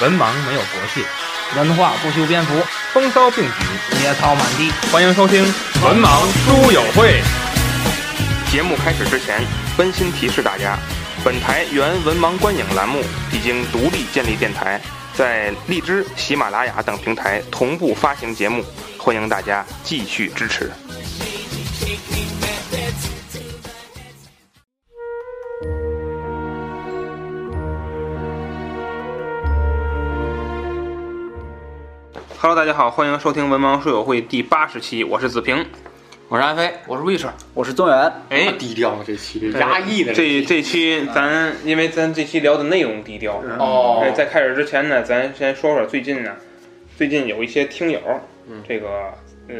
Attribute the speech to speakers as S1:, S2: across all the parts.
S1: 文盲没有国界，文化不修边幅，风骚并举，野草满地。欢迎收听《文盲书友会》。
S2: 节目开始之前，温馨提示大家，本台原文盲观影栏目已经独立建立电台，在荔枝、喜马拉雅等平台同步发行节目，欢迎大家继续支持。Hello，大家好，欢迎收听文盲书友会第八十期，我是子平，我是安飞，我是 Wish。
S3: 我是宗源，
S2: 哎，
S4: 低调啊，这期这
S2: 对
S4: 压抑呢。
S2: 这这期咱因为咱这期聊的内容低调，
S3: 哦
S2: 哎，在开始之前呢，咱先说说最近呢，最近有一些听友，
S4: 嗯
S2: 这个呃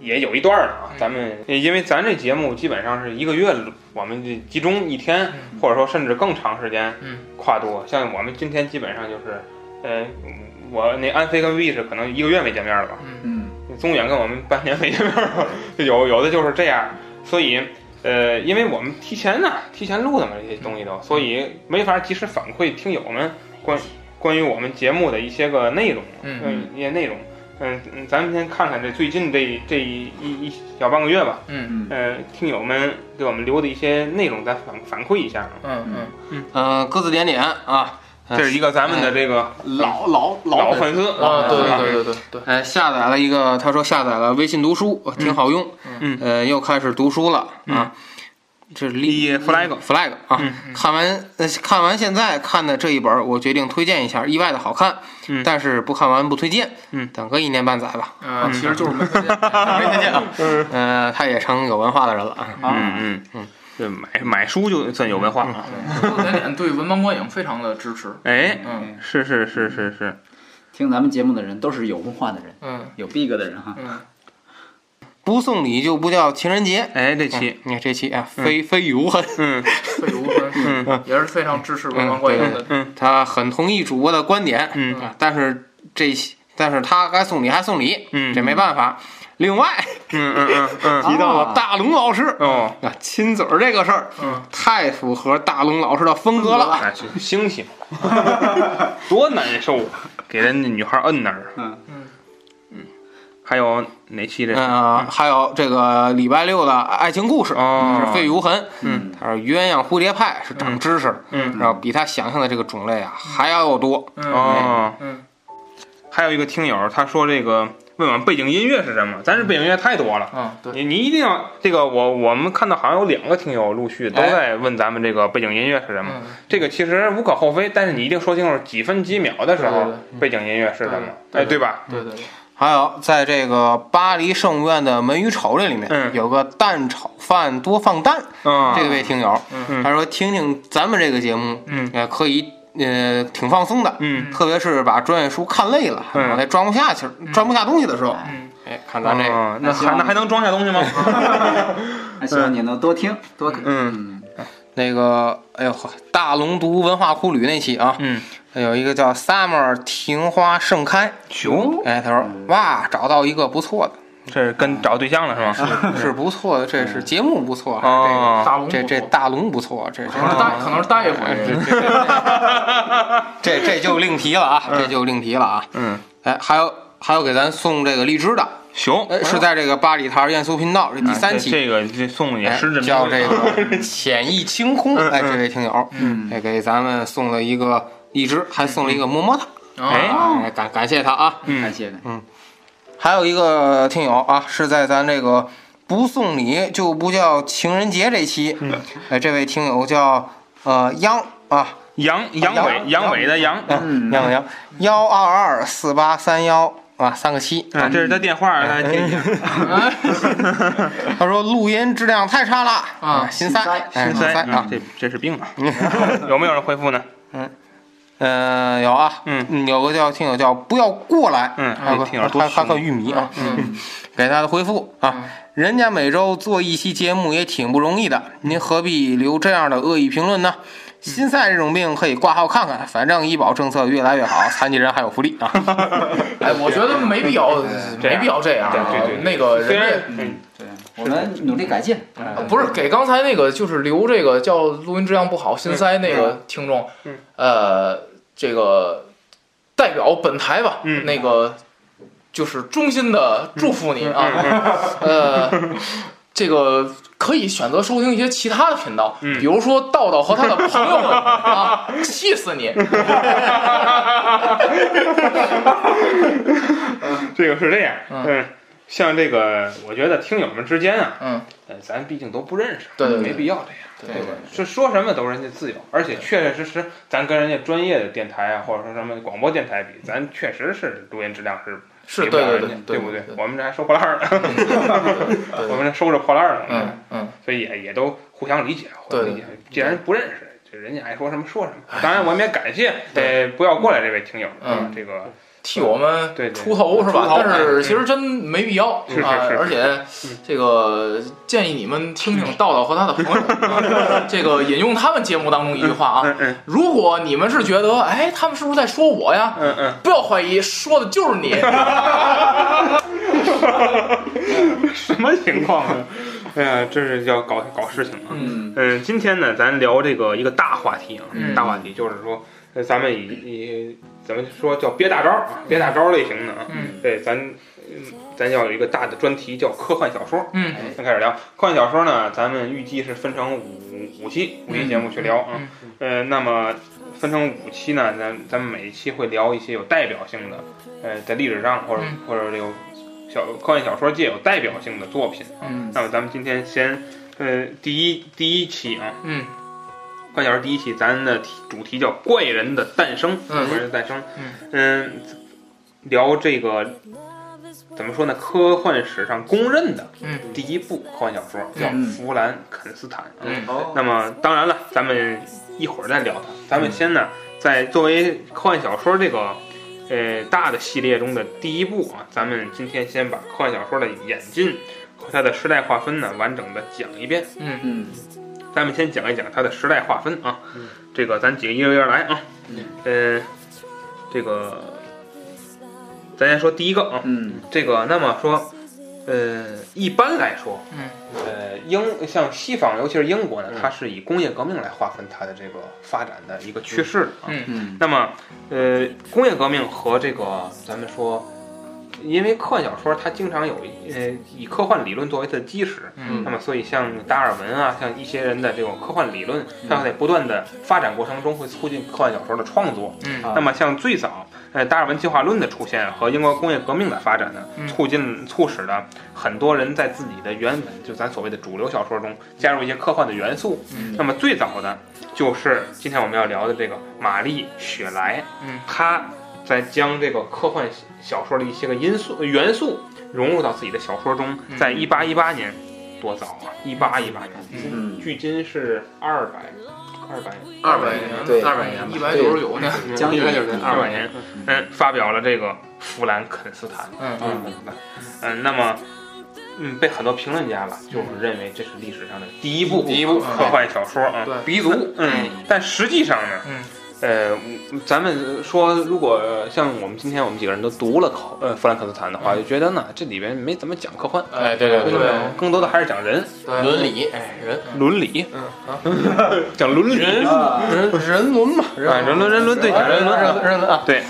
S2: 也有一段儿了啊，咱们因为咱这节目基本上是一个月录，我们就集中一天，或者说甚至更长时间
S1: 嗯
S2: 跨度，像我们今天基本上就是，呃，我那安飞跟 V 是可能一个月没见面了吧，
S3: 嗯，
S2: 宗远跟我们半年没见面了， 有有的就是这样，所以呃，因为我们提前呢、提前录的嘛这些东西都，所以没法及时反馈听友们关关于我们节目的一些个内容，
S1: 嗯
S2: 一些内容，嗯、嗯咱们先看看这最近这这一一一小半个月吧，
S1: 嗯
S2: 呃，听友们给我们留的一些内容，咱反反馈一下啊，
S1: 嗯
S5: 嗯，各自点点啊。呃
S2: 这是一个咱们的这个
S4: 老老
S2: 老
S4: 粉
S2: 粉丝
S1: 啊，对对对对对
S5: 呃，下载了一个，他说下载了微信读书，挺好用。
S2: 嗯
S5: 呃，又开始读书了啊。这是立
S2: 立 flag 嗯
S5: flag 啊。看完呃，看完现在看的这一本，我决定推荐一下，意外的好看。
S2: 嗯
S5: 但是不看完不推荐。
S2: 嗯
S5: 等个一年半载吧。
S1: 啊，
S3: 其实就是没看见，没看见啊，
S5: 呃，他也成有文化的人了啊。
S2: 嗯嗯嗯，对，买买书就算有文
S1: 嗯
S2: 化啊。
S1: 各点点对文盲观影非常的支持。
S2: 哎，
S1: 嗯
S2: 是是是是是，
S3: 听咱们节目的人都是有文化的人，
S1: 嗯
S3: 有逼格的人哈。
S1: 嗯
S5: 不送礼就不叫情人节。
S2: 哎，这期，
S5: 你看这期啊，非非遗无痕，
S2: 嗯
S1: 费无痕也是非常支持文盲观影的。
S2: 嗯
S5: 他很同意主播的观点。
S2: 嗯
S5: 啊，但是这些，但是他该送礼还送礼，
S2: 嗯
S5: 这没办法。另外，
S2: 嗯嗯嗯嗯，
S5: 提到了大龙老师
S2: 哦，
S5: 啊，亲嘴儿这个事儿，
S1: 嗯，
S5: 太符合大龙老师的风格了。
S2: 哎，去星 星，多难受啊！给人家女孩摁那儿。
S3: 嗯
S2: 嗯还有哪期的？
S5: 嗯，还有这个礼拜六的爱情故事
S2: 哦
S5: 是费无痕，
S2: 嗯
S5: 他是鸳鸯蝴蝶派是长知识的，
S2: 嗯
S5: 然后比他想象的这个种类啊还要多。哎
S1: 嗯
S2: 哦，
S1: 嗯
S2: 还有一个听友他说这个问我们背景音乐是什么，咱这背景音乐太多了。
S1: 嗯，对，
S2: 你你一定要这个我我们看到好像有两个听友陆续都
S5: 哎
S2: 在问咱们这个背景音乐是什么，
S1: 嗯
S2: 这个其实无可厚非，但是你一定说清楚几分几秒的时
S1: 对
S2: 候
S1: 对
S2: 背景音乐是什么，
S1: 对对
S2: 哎，对吧？
S1: 对对对，
S5: 还有在这个巴黎圣母院的门与丑这里面，
S2: 嗯
S5: 有个蛋炒饭多放蛋，
S2: 嗯，
S5: 这位听友，
S2: 嗯
S5: 他说听听咱们这个节目，
S2: 嗯
S5: 呃，可以，呃，挺放松的，
S2: 嗯
S5: 特别是把专业书看累了，
S2: 嗯
S5: 脑袋装不下去，装不下东西的时候，
S1: 嗯
S5: 哎，看咱这个，
S2: 哦那
S3: 那行
S2: 还那还能装下东 西吗？
S3: 那
S4: 嗯
S3: 希望你能多听多看。
S2: 嗯
S3: 嗯，
S5: 那个，哎呦呵，大龙读文化苦旅那期啊，
S2: 嗯，
S5: 有一个叫 Summer 庭花盛开，
S2: 熊，嗯
S5: 哎，他说哇，找到一个不错的，
S2: 这是跟找对象了是吗？
S5: 是不错的，这是节目不错，
S2: 哦
S1: 大龙
S5: 这个这这大龙不错，这
S1: 可能是大可能是大爷回
S5: 哎
S1: 来
S5: 这
S1: 的。
S5: 这这就另提了啊，这就另提了啊，
S2: 嗯，
S5: 哎，还有还有给咱送这个荔枝的，
S2: 熊
S5: 哎，是在这个巴里塔尔晏苏频道这第三期，
S2: 这个这送也
S5: 哎
S2: 实至名
S5: 叫这
S2: 归。
S5: 个浅意清空。哎，
S2: 嗯
S5: 这位听友，
S3: 嗯
S5: 哎，给咱们送了一个荔枝，还送了一个么么哒，
S2: 哎
S5: 哎，感感谢他啊。
S2: 嗯
S3: 感谢感谢。
S5: 还有一个听友啊，是在咱这个不送礼就不叫情人节这期，
S2: 嗯
S5: 哎，这位听友叫呃央啊。
S4: 哦
S2: 杨杨伟
S5: 杨
S2: 杨伟的杨，
S5: 嗯，杨杨幺二二四八三幺啊，三个七。
S2: 啊，这是他电话，
S4: 哎
S2: 他听一下
S1: 嗯
S5: 他说录音质量太差了
S1: 啊
S5: 心塞，哎
S2: 心
S5: 心塞
S2: 塞
S5: 啊
S2: 嗯，这这 是病啊！有没有人回复呢？
S5: 嗯，有啊，
S2: 嗯，
S5: 有个叫听友叫不要过来，啊
S2: 嗯
S5: 还有个
S2: 这听友多
S5: 还还
S2: 凶
S5: 有玉米啊，
S1: 嗯
S5: 给他的回复啊，人家每周做一期节目也挺不容易的，您何必留这样的恶意评论呢？心塞这种病可以挂号看看，反正医保政策越来越 好，残疾人还有福利啊。
S1: 哎，我觉得没必要，
S2: 这
S1: 没
S2: 样
S1: 必要这样啊。
S2: 对对对
S1: 那个
S2: 虽
S1: 人家
S2: 然嗯
S3: 对，我们努力改进。
S1: 呃不是给刚才那个就是留这个
S2: 嗯
S1: 叫录音质量不好心塞那个听众，呃，这个
S4: 代表本台吧，
S2: 嗯
S4: 那个就是衷心的祝福
S2: 嗯
S4: 你啊，呃，这个可以选择收听一些其他的频道，
S2: 嗯
S4: 比如说道道和他的朋 友们啊，气死你！
S2: 这个是这样，
S4: 嗯
S2: 嗯，像这个，我觉得听友们之间啊，
S4: 嗯，
S2: 呃，咱毕竟都不认识，
S4: 对对对
S2: 没必要这样，
S4: 对
S2: 吧？是说什么都是人家自由，而且确确实实，咱跟人家专业的电台啊，或者说什么广播电台比，咱确实是录音质量是
S4: 是
S2: 比不
S4: 对
S2: 了
S4: 对
S2: 人
S4: 对
S2: 家，对不
S4: 对
S2: 对？？我们这还收破烂儿呢，
S4: 对
S2: 我们这收着破烂儿呢，
S4: 嗯嗯，
S2: 所以也也都互相理解，互相理解。既然不认识，就人家爱说什么说什么。当然，我们也感谢呃不要过来这位听友，
S4: 哎嗯
S2: 啊 这个
S4: 替我们
S2: 对对
S4: 出头是吧
S2: 出头？哎嗯
S4: 但是其实真没必要
S2: 是是
S4: 啊
S2: 是，嗯
S4: 而且这个建议你们听听道道和他的朋友， 啊这个引用他们节目当中一句话啊。
S2: 嗯嗯
S4: 如果你们是觉得，哎，他们是不是在说我呀？
S2: 嗯嗯，
S4: 不要怀疑，说的就是 你。
S2: 什么情况啊？哎呀，真是要搞搞事情啊！
S3: 嗯
S2: 嗯，今天呢，咱聊这个一个大话题啊，
S4: 嗯
S2: 大话题就是说，呃咱们以以咱们说叫憋大招儿，憋大招儿类型的啊，
S4: 嗯
S2: 对，咱嗯咱要有一个大的专题叫科幻小说，
S4: 嗯
S3: 哎
S2: 先开始聊科幻小说呢，咱们预计是分成五五期五期节目去聊
S4: 嗯
S2: 啊。呃，那么分成五期呢，咱咱们每一期会聊一些有代表性的，呃，在历史上或者、
S4: 嗯
S2: 或者有小科幻小说界有代表性的作品。啊
S4: 嗯
S2: 那么咱们今天先，呃，第一第一期啊，
S4: 嗯
S2: 科幻小说第一期，咱的题主题叫《怪人的诞生》，
S4: 嗯
S2: 怪人的诞生，
S4: 嗯
S2: 嗯，聊这个怎么说呢？科幻史上公认的
S4: 嗯
S2: 第一部科幻小说叫《
S3: 嗯
S2: 弗兰肯斯坦》啊。
S4: 嗯
S3: 哦，
S2: 那么当然了，咱们一会儿再聊它。咱们先呢，
S4: 嗯
S2: 在作为科幻小说这个呃大的系列中的第一部啊，咱们今天先把科幻小说的演进和它的时代划分呢完整的讲一遍。
S4: 嗯
S3: 嗯
S2: 咱们先讲一讲它的时代划分啊，这个咱几个一个一个来啊，
S4: 嗯
S2: 呃，这个咱先说第一个啊，
S3: 嗯
S2: 这个那么说，呃，一般来说，
S4: 嗯，
S2: 呃，英像西方，尤其是英国呢，它是以工业革命来划分它的这个发展的一个趋势的啊。
S4: 嗯
S3: 嗯
S2: 那么，呃，工业革命和这个咱们说，因为科幻小说它经常有呃以科幻理论作为它的基石，
S4: 嗯
S2: 那么所以像达尔文啊，像一些人的这种科幻理论，它在不断的发展过程中会促进科幻小说的创作。
S4: 嗯
S3: 啊
S2: 那么像最早，呃，达尔文进化论的出现和英国工业革命的发展呢
S4: 嗯，
S2: 促进促使了很多人在自己的原本就咱所谓的主流小说中加入一些科幻的元素。
S4: 嗯
S2: 那么最早的就是今天我们要聊的这个玛丽雪莱，
S4: 嗯，
S2: 她在将这个科幻小说的一些个因素元素融入到自己的小说中，
S4: 嗯
S2: 在一八一八年，多早啊！一八一八年，
S3: 嗯，
S2: 距今是二百二百
S5: 嗯
S4: 二百年，
S3: 对
S4: 二百年，一百九十九年，
S3: 将近
S2: 二百年，嗯，发表了这个《弗兰肯斯坦》。
S4: 嗯
S2: 嗯，嗯，那么，嗯，被很多评论家吧，就是认为这是历史上的第一部
S4: 嗯第一部嗯
S2: 科幻小说啊，
S4: 对哎
S2: 鼻祖。嗯，但实际上呢，
S4: 嗯
S2: 呃，咱们说，如果呃像我们今天我们几个人都读了考呃《弗兰肯斯坦》的话，就觉得呢，这里边没怎么讲科幻，
S5: 哎，对对
S4: 嗯
S5: 对，
S4: 对
S2: 更多的还是讲人
S4: 对，
S5: 伦理，哎，人
S2: 伦理，
S4: 嗯啊
S2: 讲伦理，人
S3: 啊
S5: 人人伦嘛，
S2: 啊，人伦人伦对，讲人伦。
S5: 人人伦啊，
S2: 对，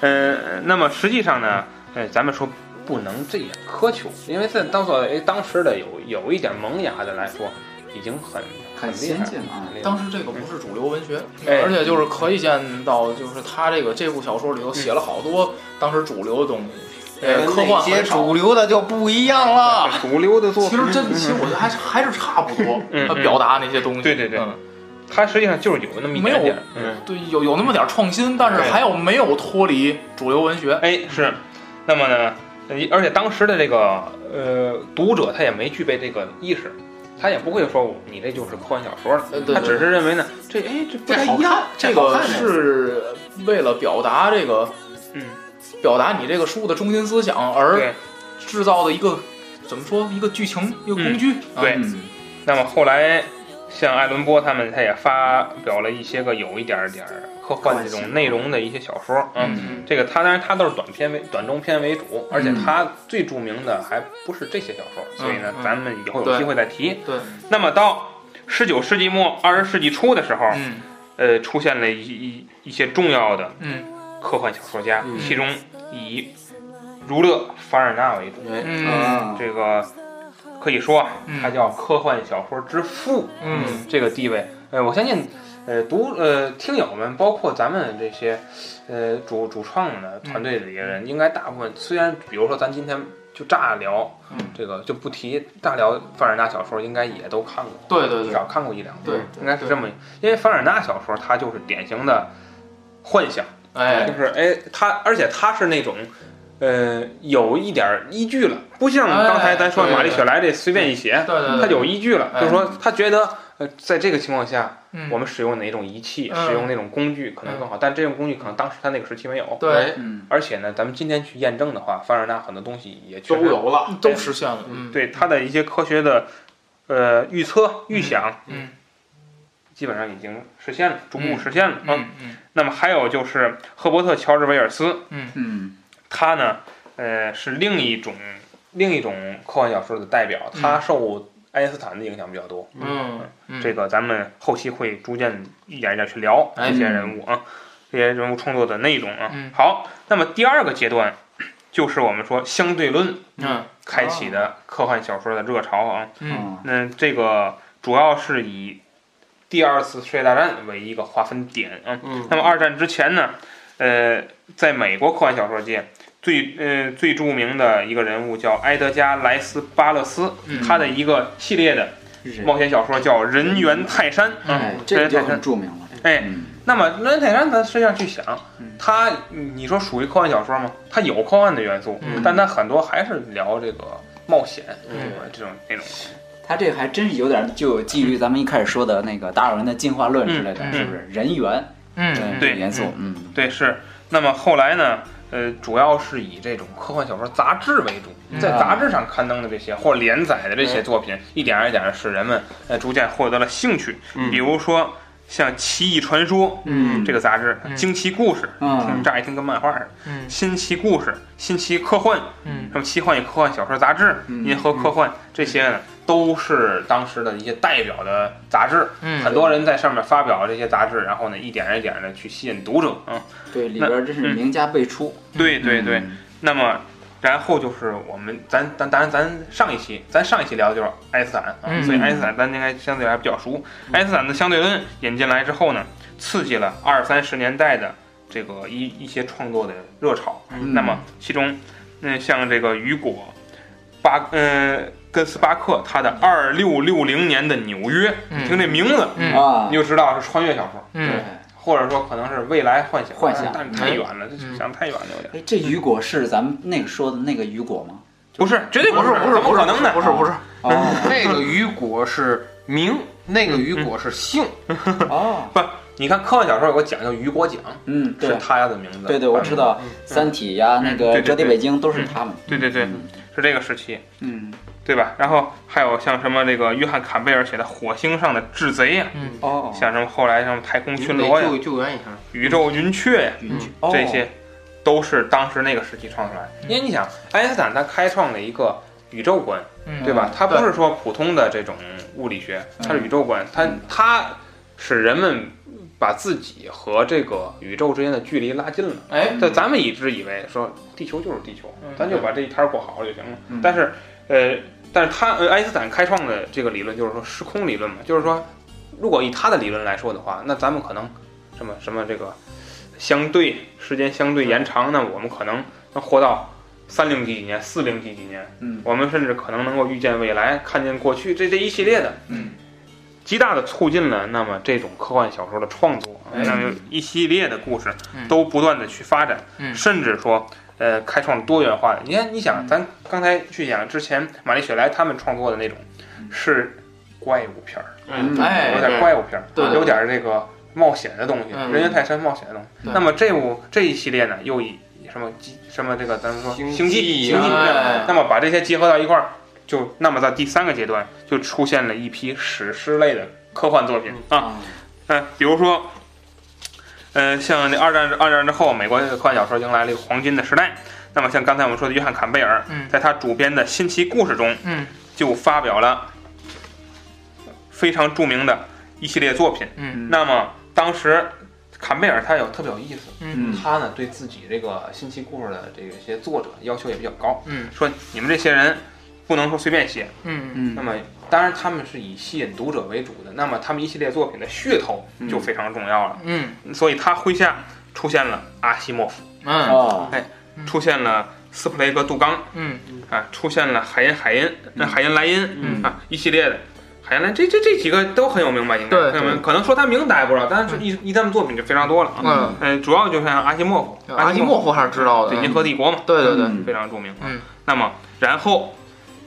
S2: 呃，那么实际上呢，呃，咱们说不能这样苛求，因为在当做当时的有有一点萌芽的来说，已经很
S3: 很
S2: 厉害
S3: 先进啊
S2: 很厉害
S4: 当时这个不是主流文学，
S2: 哎
S4: 而且就是可以见到，就是他这个这部小说里头写了好多当时主流的东西，
S2: 哎
S4: 呃，科幻
S5: 那些
S4: 很少嗯
S5: 主流的就不一样了。
S2: 主流的作
S4: 其
S2: 品，
S4: 实真，其实我觉得还是还是差不多
S2: 嗯，
S4: 他表达那些东西。
S2: 对对对
S4: 嗯
S2: 它实际上就是有那么一点点，
S4: 没
S2: 嗯，
S4: 对，有有那么点创新，但是
S2: 对
S4: 还有没有脱离主流文学？
S2: 哎是，那么呢，呃而且当时的这个呃读者他也没具备这个意识。他也不会说你这就是科幻小说了
S4: 呃对，
S2: 他
S4: 对
S2: 只是认为呢，这哎这不
S4: 这
S2: 太
S4: 好
S2: 一样，
S4: 这
S3: 好
S4: 个
S3: 看
S4: 是为了表达这个，
S2: 嗯，
S4: 表达你这个书的中心思想而
S2: 对
S4: 制造的一个怎么说一个剧情一个工具。啊
S2: 对，
S3: 嗯
S2: 那么后来，像艾伦波他们，他也发表了一些个有一点儿点儿科幻这种内容的一些小说啊。嗯
S4: 嗯
S2: 这个他当然他都是短篇为短中篇为主，而且他最著名的还不是这些小说，所以呢，
S4: 嗯
S2: 咱们以后有
S4: 对
S2: 机会再提。
S4: 对，
S2: 那么到十九世纪末二十世纪初的时候，
S4: 嗯
S2: 呃，出现了一一一些重要的
S4: 嗯
S2: 科幻小说家，其中以儒勒·凡尔纳为主。
S3: 哎
S4: 嗯
S2: 这个可以说啊，
S4: 嗯
S2: 他叫科幻小说之父。
S4: 嗯，
S2: 这个地位，呃，我相信，呃，读呃听友们，包括咱们这些，呃主主创的团队里的
S4: 嗯
S2: 人，应该大部分虽然比如说咱今天就乍聊，
S4: 嗯
S2: 这个就不提乍聊凡尔纳小说，应该也都看过，
S4: 对对
S2: 至
S4: 对
S2: 少看过一两部
S4: 对，
S2: 应该是这么，因为凡尔纳小说它就是典型的幻想，就
S4: 哎，
S2: 是哎，他而且他是那种。呃，有一点儿依据了，不像刚才咱说
S4: 哎对对
S2: 玛丽雪莱这随便一写，
S4: 对对对，
S2: 他有依据了，
S4: 哎
S2: 就是说他觉得，呃，在这个情况下，
S4: 嗯
S2: 我们使用哪种仪器，
S4: 嗯
S2: 使用那种工具可能更好，但这种工具可能当时他那个时期没有。
S4: 对
S3: 嗯，
S2: 而且呢，咱们今天去验证的话，凡尔纳很多东西也确
S5: 都
S2: 实
S5: 有了，
S4: 都实现了，嗯
S2: 对他的一些科学的，呃，预测、预想，
S4: 嗯
S2: 基本上已经实现了，逐步实现了。
S4: 嗯嗯
S2: 那么还有就是赫伯特·乔治·韦尔斯，
S3: 嗯，
S2: 他呢，呃，是另一种另一种科幻小说的代表，他受爱因斯坦的影响比较多。
S4: 嗯嗯，
S2: 这个咱们后期会逐渐一点一点去聊
S4: 哎
S2: 这些人物啊，这些人物创作的内容啊
S4: 嗯。
S2: 好，那么第二个阶段就是我们说相对论
S4: 嗯
S2: 开启的科幻小说的热潮啊。
S4: 嗯
S3: 哦
S2: 那这个主要是以第二次世界大战为一个划分点啊。
S5: 嗯
S2: 那么二战之前呢，呃，在美国科幻小说界。最呃最著名的一个人物叫埃德加·莱斯·巴勒斯，
S4: 嗯
S2: 他的一个系列的冒险小说叫《人
S4: 嗯
S2: 猿泰山》啊，
S3: 哎，
S2: 这个
S3: 这个
S2: 太
S3: 就
S2: 深
S3: 很著名了。
S2: 哎，
S3: 嗯，
S2: 那么《人猿泰山》，咱实际上去想
S3: 嗯，
S2: 它你说属于科幻小说吗？它有科幻的元素，
S4: 嗯
S2: 但它很多还是聊这个冒险，
S4: 嗯
S2: 呃这种那种。
S3: 他这个还真是有点就基于咱们一开始说的那个达尔文的进化论之类的，
S2: 嗯
S3: 是不是？人猿
S4: 嗯
S2: 对
S3: 元素，嗯，
S2: 对，是。那么后来呢？呃，主要是以这种科幻小说杂志为主，
S4: 嗯
S2: 在杂志上刊登的这些或连载的这些作品，一点儿一点的使人们呃逐渐获得了兴趣。
S5: 嗯
S2: 比如说像《奇异传说》
S3: 嗯
S2: 这个杂志，
S4: 嗯
S2: 惊奇故事》听
S3: 嗯
S2: 乍一听跟漫画似的，
S4: 嗯
S2: 新奇故事、新奇科幻，
S4: 嗯
S2: 什么奇幻与科幻小说杂志、
S3: 嗯
S2: 银河科幻、这些呢，都是当时的一些代表的杂志。
S4: 嗯，
S2: 很多人在上面发表这些杂志，然后呢，一点一点的去吸引读者。嗯，
S3: 对，里边真是名家辈出。
S2: 对嗯对对。
S3: 嗯，
S2: 那么，然后就是我们咱咱当然咱上一期咱上一期聊的就是爱因斯坦啊，
S4: 嗯
S2: 所以爱因斯坦咱应该相对来比较熟。爱因斯坦的相对论引进来之后呢，刺激了二三十年代的这个一一些创作的热潮。
S3: 嗯
S2: 那么其中，嗯、像这个雨果，巴呃跟斯巴克他的二六六零年的纽约，
S4: 嗯
S2: 听这名字、
S4: 嗯
S3: 啊
S2: 你，就知道是穿越小说，
S4: 嗯
S2: 或者说可能是未来幻想，
S3: 幻想
S2: 但是太远了，这想太远了有点。
S3: 哎，这雨果是咱们那个说的那个雨果吗？
S2: 不是，绝对
S5: 不是
S2: 是，怎么
S5: 不是不是
S2: 可能呢？
S5: 不是不是，
S4: 嗯
S3: 哦
S5: 那个雨果是名，那个雨果是姓，
S2: 嗯
S3: 哦，
S2: 不，你看科幻小说有个讲叫雨果奖，
S3: 嗯，
S2: 是
S3: 对
S2: 他家的名字。
S3: 对对，我知。道，《三体》呀，那
S2: 嗯
S3: 个
S2: 对对
S3: 《折叠北京》都是他们。
S2: 对对对，
S3: 嗯
S2: 是这个时期，
S3: 嗯，
S2: 对吧？然后还有像什么这个约翰·坎贝尔写的《火星上的智贼》呀，
S3: 哦，
S2: 像什么后来什么太
S4: 嗯
S2: 空
S5: 你
S2: 巡
S5: 得
S2: 逻呀
S5: 救、救援一下。
S2: 宇宙云雀呀，
S3: 云雀
S2: 嗯这些都是当时那个时期创出来的。因为你想，爱因斯坦他开创了一个宇宙观，
S4: 嗯
S2: 对吧？他不是说普通的这种物理学，他是宇宙观，他他使人们把自己和这个宇宙之间的距离拉近了。
S4: 哎
S2: 对，咱们一直以为说地球就是地球，咱就把这一摊儿过好了就行了。
S3: 嗯
S2: 但是，呃，但是他呃爱因斯坦开创的这个理论就是说时空理论嘛，就是说，如果以他的理论来说的话，那咱们可能什么什么这个相对时间相对延长，那我们可能能活到三零几几年、四零几几年，
S3: 嗯
S2: 我们甚至可能能够预见未来、看见过去，这这一系列的，
S3: 嗯，
S2: 极大的促进了那么这种科幻小说的创作，
S4: 哎
S2: 那么一系列的故事
S4: 嗯
S2: 都不断的去发展，
S4: 嗯
S2: 甚至说。呃，开创多元化的，你看，你想，
S3: 嗯
S2: 咱刚才去讲之前玛丽雪莱他们创作的那种，是怪物片儿，
S3: 嗯
S4: 哎
S2: 有点怪物片儿，
S4: 对对
S2: 有点这个冒险的东西，
S4: 嗯
S2: 人猿泰山冒险的东西
S4: 对。
S2: 那么这部这一系列呢，又以什么机什么这个咱们说
S5: 星际
S2: 星际
S5: 呀
S2: 星际
S4: 哎
S2: 对那么把这些结合到一块儿，就那么在第三个阶段就出现了一批史诗类的科幻作品啊，
S3: 啊，
S2: 嗯，比如说。呃，像那二战二战之后，美国的科幻小说迎来了一个黄金的时代。那么，像刚才我们说的约翰·坎贝尔，
S4: 嗯
S2: 在他主编的《新奇故事》中，
S4: 嗯
S2: 就发表了非常著名的一系列作品。
S4: 嗯
S2: 那么当时坎贝尔他有特别有意思，
S3: 嗯
S2: 他呢对自己这个新奇故事的这个一些作者要求也比较高，
S4: 嗯
S2: 说你们这些人不能说随便写，
S4: 嗯
S3: 嗯
S2: 那么当然他们是以吸引读者为主的，那么他们一系列作品的噱头就非常重要了，
S4: 嗯
S2: 所以他麾下出现了阿西莫夫，
S4: 嗯
S3: 哦，
S4: 嗯
S2: 出现了斯普雷格杜冈
S4: 嗯
S2: 啊，出现了海因海因、那海因莱因、
S4: 嗯
S2: 啊，一系列的。海因莱这这这几个都很有名吧？应该
S4: 对
S2: 很有名可能说他名字大家不知道，但是一一他们作品就非常多了啊。
S4: 嗯，
S2: 嗯，主要就像阿西莫夫，
S4: 阿西
S2: 莫
S4: 莫夫还是知道的，
S2: 夫对
S4: 嗯
S2: 《银河帝国》嘛，
S4: 对对对，
S3: 嗯
S2: 非常著名。啊
S4: 嗯，
S2: 那么然后，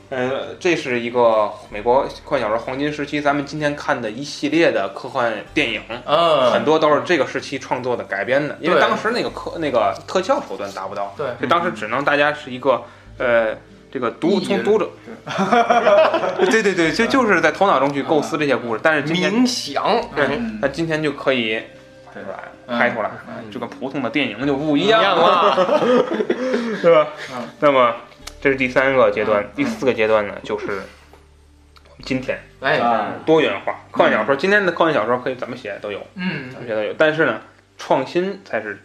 S2: 呃，这是一个美国科幻小说黄金时期，咱们今天看的一系列的科幻电影，
S4: 嗯，
S2: 很多都是这个时期创作的改编的，因为
S4: 对
S2: 当时那个科那个特效手段达不到，
S4: 对，
S2: 就当时只能大家是一个呃。这个读
S4: 意淫
S2: 从读 者，对对对，就就是在头脑中去构思这些故事，但是今天
S5: 冥想，
S4: 哎
S2: 对，
S3: 嗯
S2: 那今天就可以拍出来，拍出来，就跟普通的电影就嗯不一样了，对吧？那么这是第三个阶段，第四个阶段呢，就是今天
S4: 哎，
S3: 啊
S2: 多元化科幻小说，今天的科幻小说可以怎么写都有，
S4: 嗯
S2: 怎么写都有，但是呢，创新才是。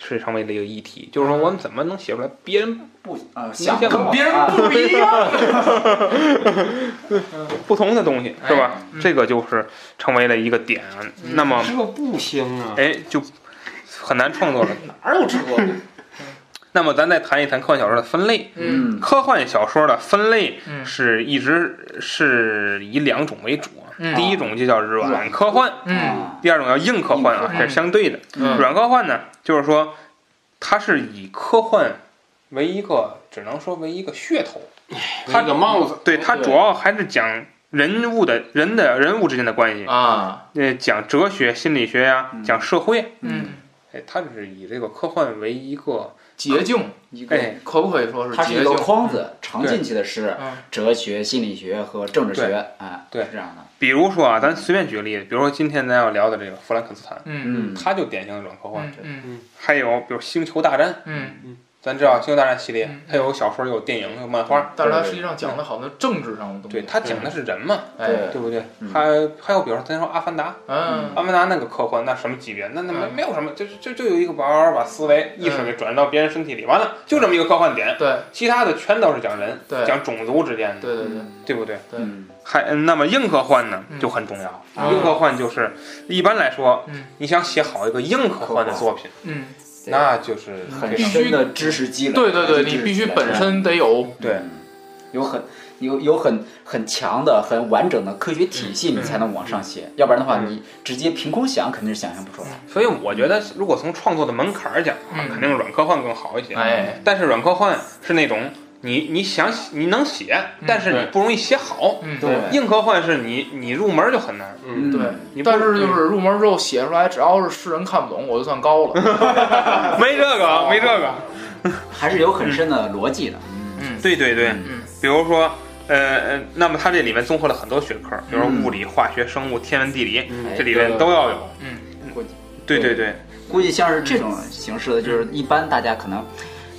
S2: 世界上面的一个议题，就是说我们怎么能写出来别人
S3: 不啊，想
S2: 跟
S3: 到
S4: 别人
S3: 啊
S4: 不一样，
S2: 不同的东西，是吧？
S4: 哎嗯
S2: 这个就是成为了一个点。那么，
S5: 这个不行啊，
S2: 哎，就很难创 作了。
S5: 哪有这个？
S2: 那么咱再谈一谈科幻小说的分类。
S4: 嗯
S3: 嗯
S2: 科幻小说的分类
S4: 嗯
S2: 是一直是以两种为主啊，
S4: 嗯
S2: 第一种就叫软科幻，
S4: 嗯
S3: 啊
S2: 第二种叫硬科幻啊，
S4: 硬科幻
S2: 这是相对的。
S4: 嗯
S2: 软科幻呢，就是说它是以科幻为一个，只能说为一个噱头，
S4: 哎
S5: 他个帽子，
S2: 对它主要还是讲人物的人的人物之间的关系，
S4: 啊，
S2: 呃，讲哲学、心理学呀、
S3: 嗯
S2: 讲社会，
S4: 嗯，
S2: 哎，它只是以这个科幻为一个，
S4: 捷径
S3: 一个
S2: 哎，
S4: 可不可以说
S3: 它是
S4: 捷
S3: 一个
S4: 径？
S3: 框子，常进去的是
S4: 嗯
S3: 哲学、心理学和政治
S2: 对
S3: 学，啊，
S2: 对
S3: 是这样的，
S2: 比如说啊，咱随便举个例子，比如说今天咱要聊的这个《弗兰肯斯坦》。
S4: 嗯
S2: 它就典型的软科幻。
S4: 嗯嗯
S2: 还有比如《星球大战》，
S4: 嗯，
S2: 咱知道《星球大战》系列
S4: 嗯，
S2: 它有小说，有电影，有漫画。
S4: 但是它实际上讲的好像政治上的东西，
S2: 对，它讲的是人嘛，
S4: 哎，
S2: 对不对
S3: 嗯？
S2: 还还有比如说，咱说《阿凡达》，
S4: 嗯
S2: 《阿凡达》那个科幻，那什么级别？那那没
S4: 嗯
S2: 没有什么，就就就有一个玩儿把思维意识给转到别人身体里，完了就这么一个科幻点，
S4: 对
S2: 其他的全都是讲人，
S4: 对
S2: 讲种族之间的，
S4: 对对对，
S2: 对不对？
S4: 对
S3: 嗯
S2: 还嗯那么硬科幻呢
S4: 嗯
S2: 就很重要，
S4: 啊
S2: 硬科幻就是一般来说
S4: 嗯，
S2: 你想写好一个硬科幻的作品，
S4: 嗯，
S3: 对
S2: 那就是
S3: 很
S2: 非常
S3: 深的知识积累，
S4: 对对对，
S3: 知识积
S4: 你
S3: 累嗯
S4: 必须本身得有，
S2: 对。
S3: 有很有有很很强的、很完整的科学体
S4: 嗯
S3: 系，你才能往上写，要不然的话，
S2: 嗯
S3: 你直接凭空想肯定是想象不出来。
S2: 所以我觉得，如果从创作的门槛儿讲的话，
S4: 嗯
S2: 肯定软科幻更好一些。
S4: 哎，
S2: 但是软科幻是那种你你想你能写，但是你
S4: 对
S2: 不容易写好。
S4: 嗯
S3: 对
S2: 硬科幻是你你入门就很难，
S5: 嗯，
S4: 对。
S2: 你不
S4: 但是就是入门之后写出来，只要是世人看不懂，我就算高 了。
S2: 没这个啊没这个。
S3: 还是有很深的逻辑的。
S4: 嗯
S2: 对对对，
S4: 嗯
S2: 比如说。呃呃，那么它这里面综合了很多学科，比如说
S3: 嗯
S2: 物理、化学、生物、天文、地理，
S5: 嗯
S2: 这里面都要有。
S4: 嗯
S2: 对对
S3: 对
S2: 对，
S3: 估计像是这种形式的，就是一般大家可能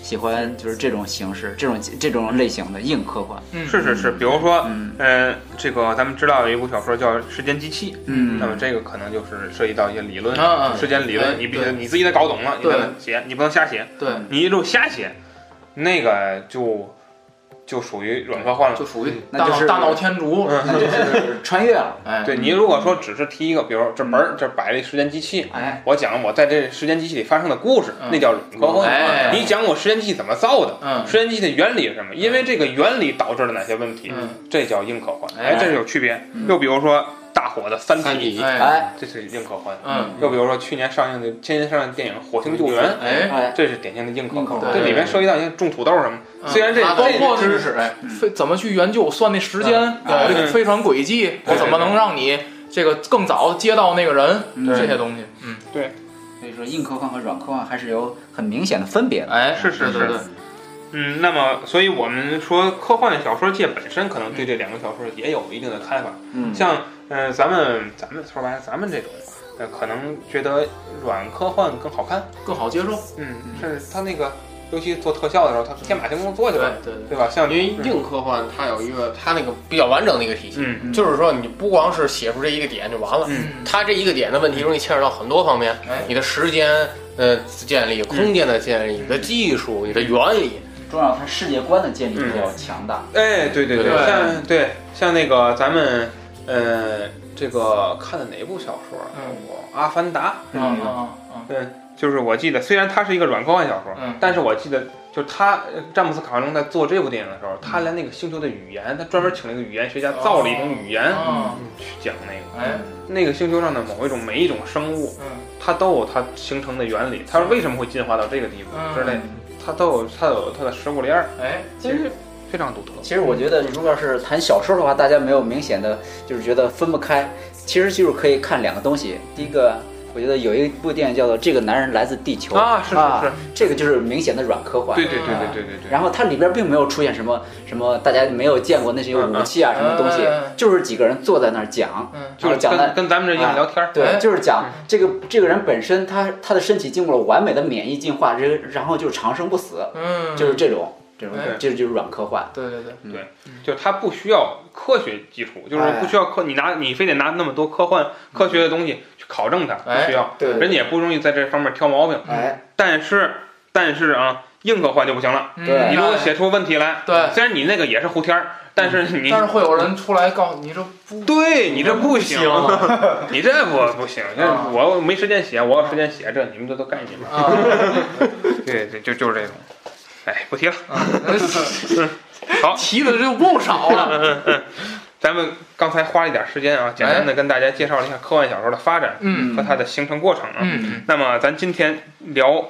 S3: 喜欢就是这种形式、这种这种类型的硬科幻。
S4: 嗯，
S2: 是是是。比如说，
S3: 嗯
S2: 呃，这个咱们知道有一部小说叫《时间机器》，
S3: 嗯
S2: 那么这个可能就是涉及到一些理论、
S4: 嗯嗯
S2: 时间理
S4: 哎
S2: 论，你必须
S4: 对
S2: 你自己得搞懂了，你才
S4: 对
S2: 能写，你不能瞎写，
S4: 对，
S2: 你一路瞎写，那个就就属于软科幻了
S4: 就。属于
S3: 那
S4: 大
S3: 就
S4: 闹
S3: 是
S4: 大闹天竺。
S3: 那就是穿越了。
S4: 哎，
S2: 嗯对你如果说只是提一个，比如这门儿这摆了一时间机器，
S3: 哎，
S2: 我讲我在这时间机器里发生的故事，
S4: 嗯
S2: 那叫软科
S4: 哎
S2: 幻。你讲我时间机器怎么造的，
S4: 嗯
S2: 时间机器的原理是什么？因为这个原理导致了哪些问题，
S4: 嗯
S2: 这叫硬科幻。
S4: 哎
S2: 哎，这是有区别。又比如说大火的《三
S5: 三
S2: 体》，
S5: 体，
S4: 哎
S3: 哎，
S2: 这是硬科幻。
S4: 嗯
S2: 又比如说去年上映的、前年上映的电影《火星救援》，
S4: 哎，
S3: 哎，
S2: 这是典型的硬科幻，
S3: 硬
S4: 科幻
S2: 这里面涉及到一些种土豆什么。虽然这
S4: 啊包括
S2: 这哎
S4: 就是非怎么去研究算那时间，
S3: 对
S4: 这个飞船轨迹，我
S2: 嗯对
S4: 怎么能让你这个更早接到那个人，
S3: 对
S4: 这些东西，嗯，
S3: 所以说硬科幻和软科幻还是有很明显的分别的。
S4: 哎，
S2: 是是
S4: 对对
S2: 是嗯，那么所以我们说科幻小说界本身可能对这两个小说也有一定的看法，
S3: 嗯，
S2: 像呃咱们咱们说白了咱们这种。呃，可能觉得软科幻更好看，
S4: 对更好接受，
S2: 嗯，是它那个尤其做特效的时候，他天马行空做起来，
S4: 对对
S2: 对吧？像
S5: 因为硬科幻它有一个它那个比较完整的一个体系，
S2: 嗯嗯
S5: 就是说你不光是写出这一个点就完了，
S2: 嗯
S5: 它这一个点的问题容易牵扯到很多方面，
S4: 哎
S5: 你的时间呃建立、空间的建立、你的技术、你的原理，
S3: 重要，它世界观的建立比较强大。
S2: 哎，对对
S5: 对
S2: 像对像那个咱们呃这个看的哪部小说啊？
S4: 嗯
S2: 我《阿凡达》
S4: 嗯嗯嗯嗯
S2: 对，就是我记得，虽然它是一个软科幻小说，
S4: 嗯
S2: 但是我记得，就他呃詹姆斯卡梅隆在做这部电影的时候，他连那个星球的语言，他专门请了一个语言学家造了一种语言、
S4: 哦
S2: 去讲那个。
S4: 哎，
S2: 那个星球上的某一种每一种生物，
S4: 嗯
S2: 它都有它形成的原理，它为什么会进化到这个地步
S4: 嗯
S2: 之类的，它都有它有它的食物链儿，
S4: 哎，
S2: 其实非常独特。
S3: 其实我觉得，如果要是谈小说的话，大家没有明显的就是觉得分不开，其实就是可以看两个东西。第一个，我觉得有一部电影叫做《这个男人来自地球》
S2: 啊是是是
S3: 这个就是明显的软科幻。啊
S2: 对对对对对对对。
S3: 然后它里边并没有出现什么什么大家没有见过那些武器啊
S4: 嗯
S3: 什么东西
S4: 嗯，
S3: 就是几个人坐在那儿讲，
S4: 嗯
S2: 就是
S3: 讲
S2: 跟
S3: 的
S2: 跟咱们这一样聊天儿，
S3: 对，
S4: 哎
S3: 就是讲这个这个人本身他他的身体经过了完美的免疫进化，这个然后就长生不死，
S4: 嗯，
S3: 就是这种这种
S2: 哎，
S3: 这就是软科幻。
S4: 对对对，
S2: 就它不需要科学基础，就是不需要科，你拿你非得拿那么多科幻科学的东西去考证它，
S4: 哎
S2: 不需要，
S3: 对对对
S2: 人家也不容易在这方面挑毛病。
S3: 哎，
S2: 但是但是啊，硬科幻就不行了，
S3: 对
S2: 你
S4: 如
S2: 如
S4: 果
S2: 果写出问题来，
S4: 对
S2: 虽然你那个也是胡天儿，嗯但是你
S4: 但是会有人出来告诉你这不
S2: 对你这不行啊嗯
S4: 不，
S2: 你这不 不行，这
S4: 啊
S2: 我没时间写，我有时间写这，你们这都该你们。
S4: 啊，
S2: 对对，就就是这种。哎，不提了，
S4: 好， 提的就不少 了，
S2: 咱们刚才花了一点时间啊，简单的跟大家介绍了一下科幻小说的发展
S4: 嗯
S2: 和它的形成过程啊。
S4: 嗯
S2: 那么咱今天聊，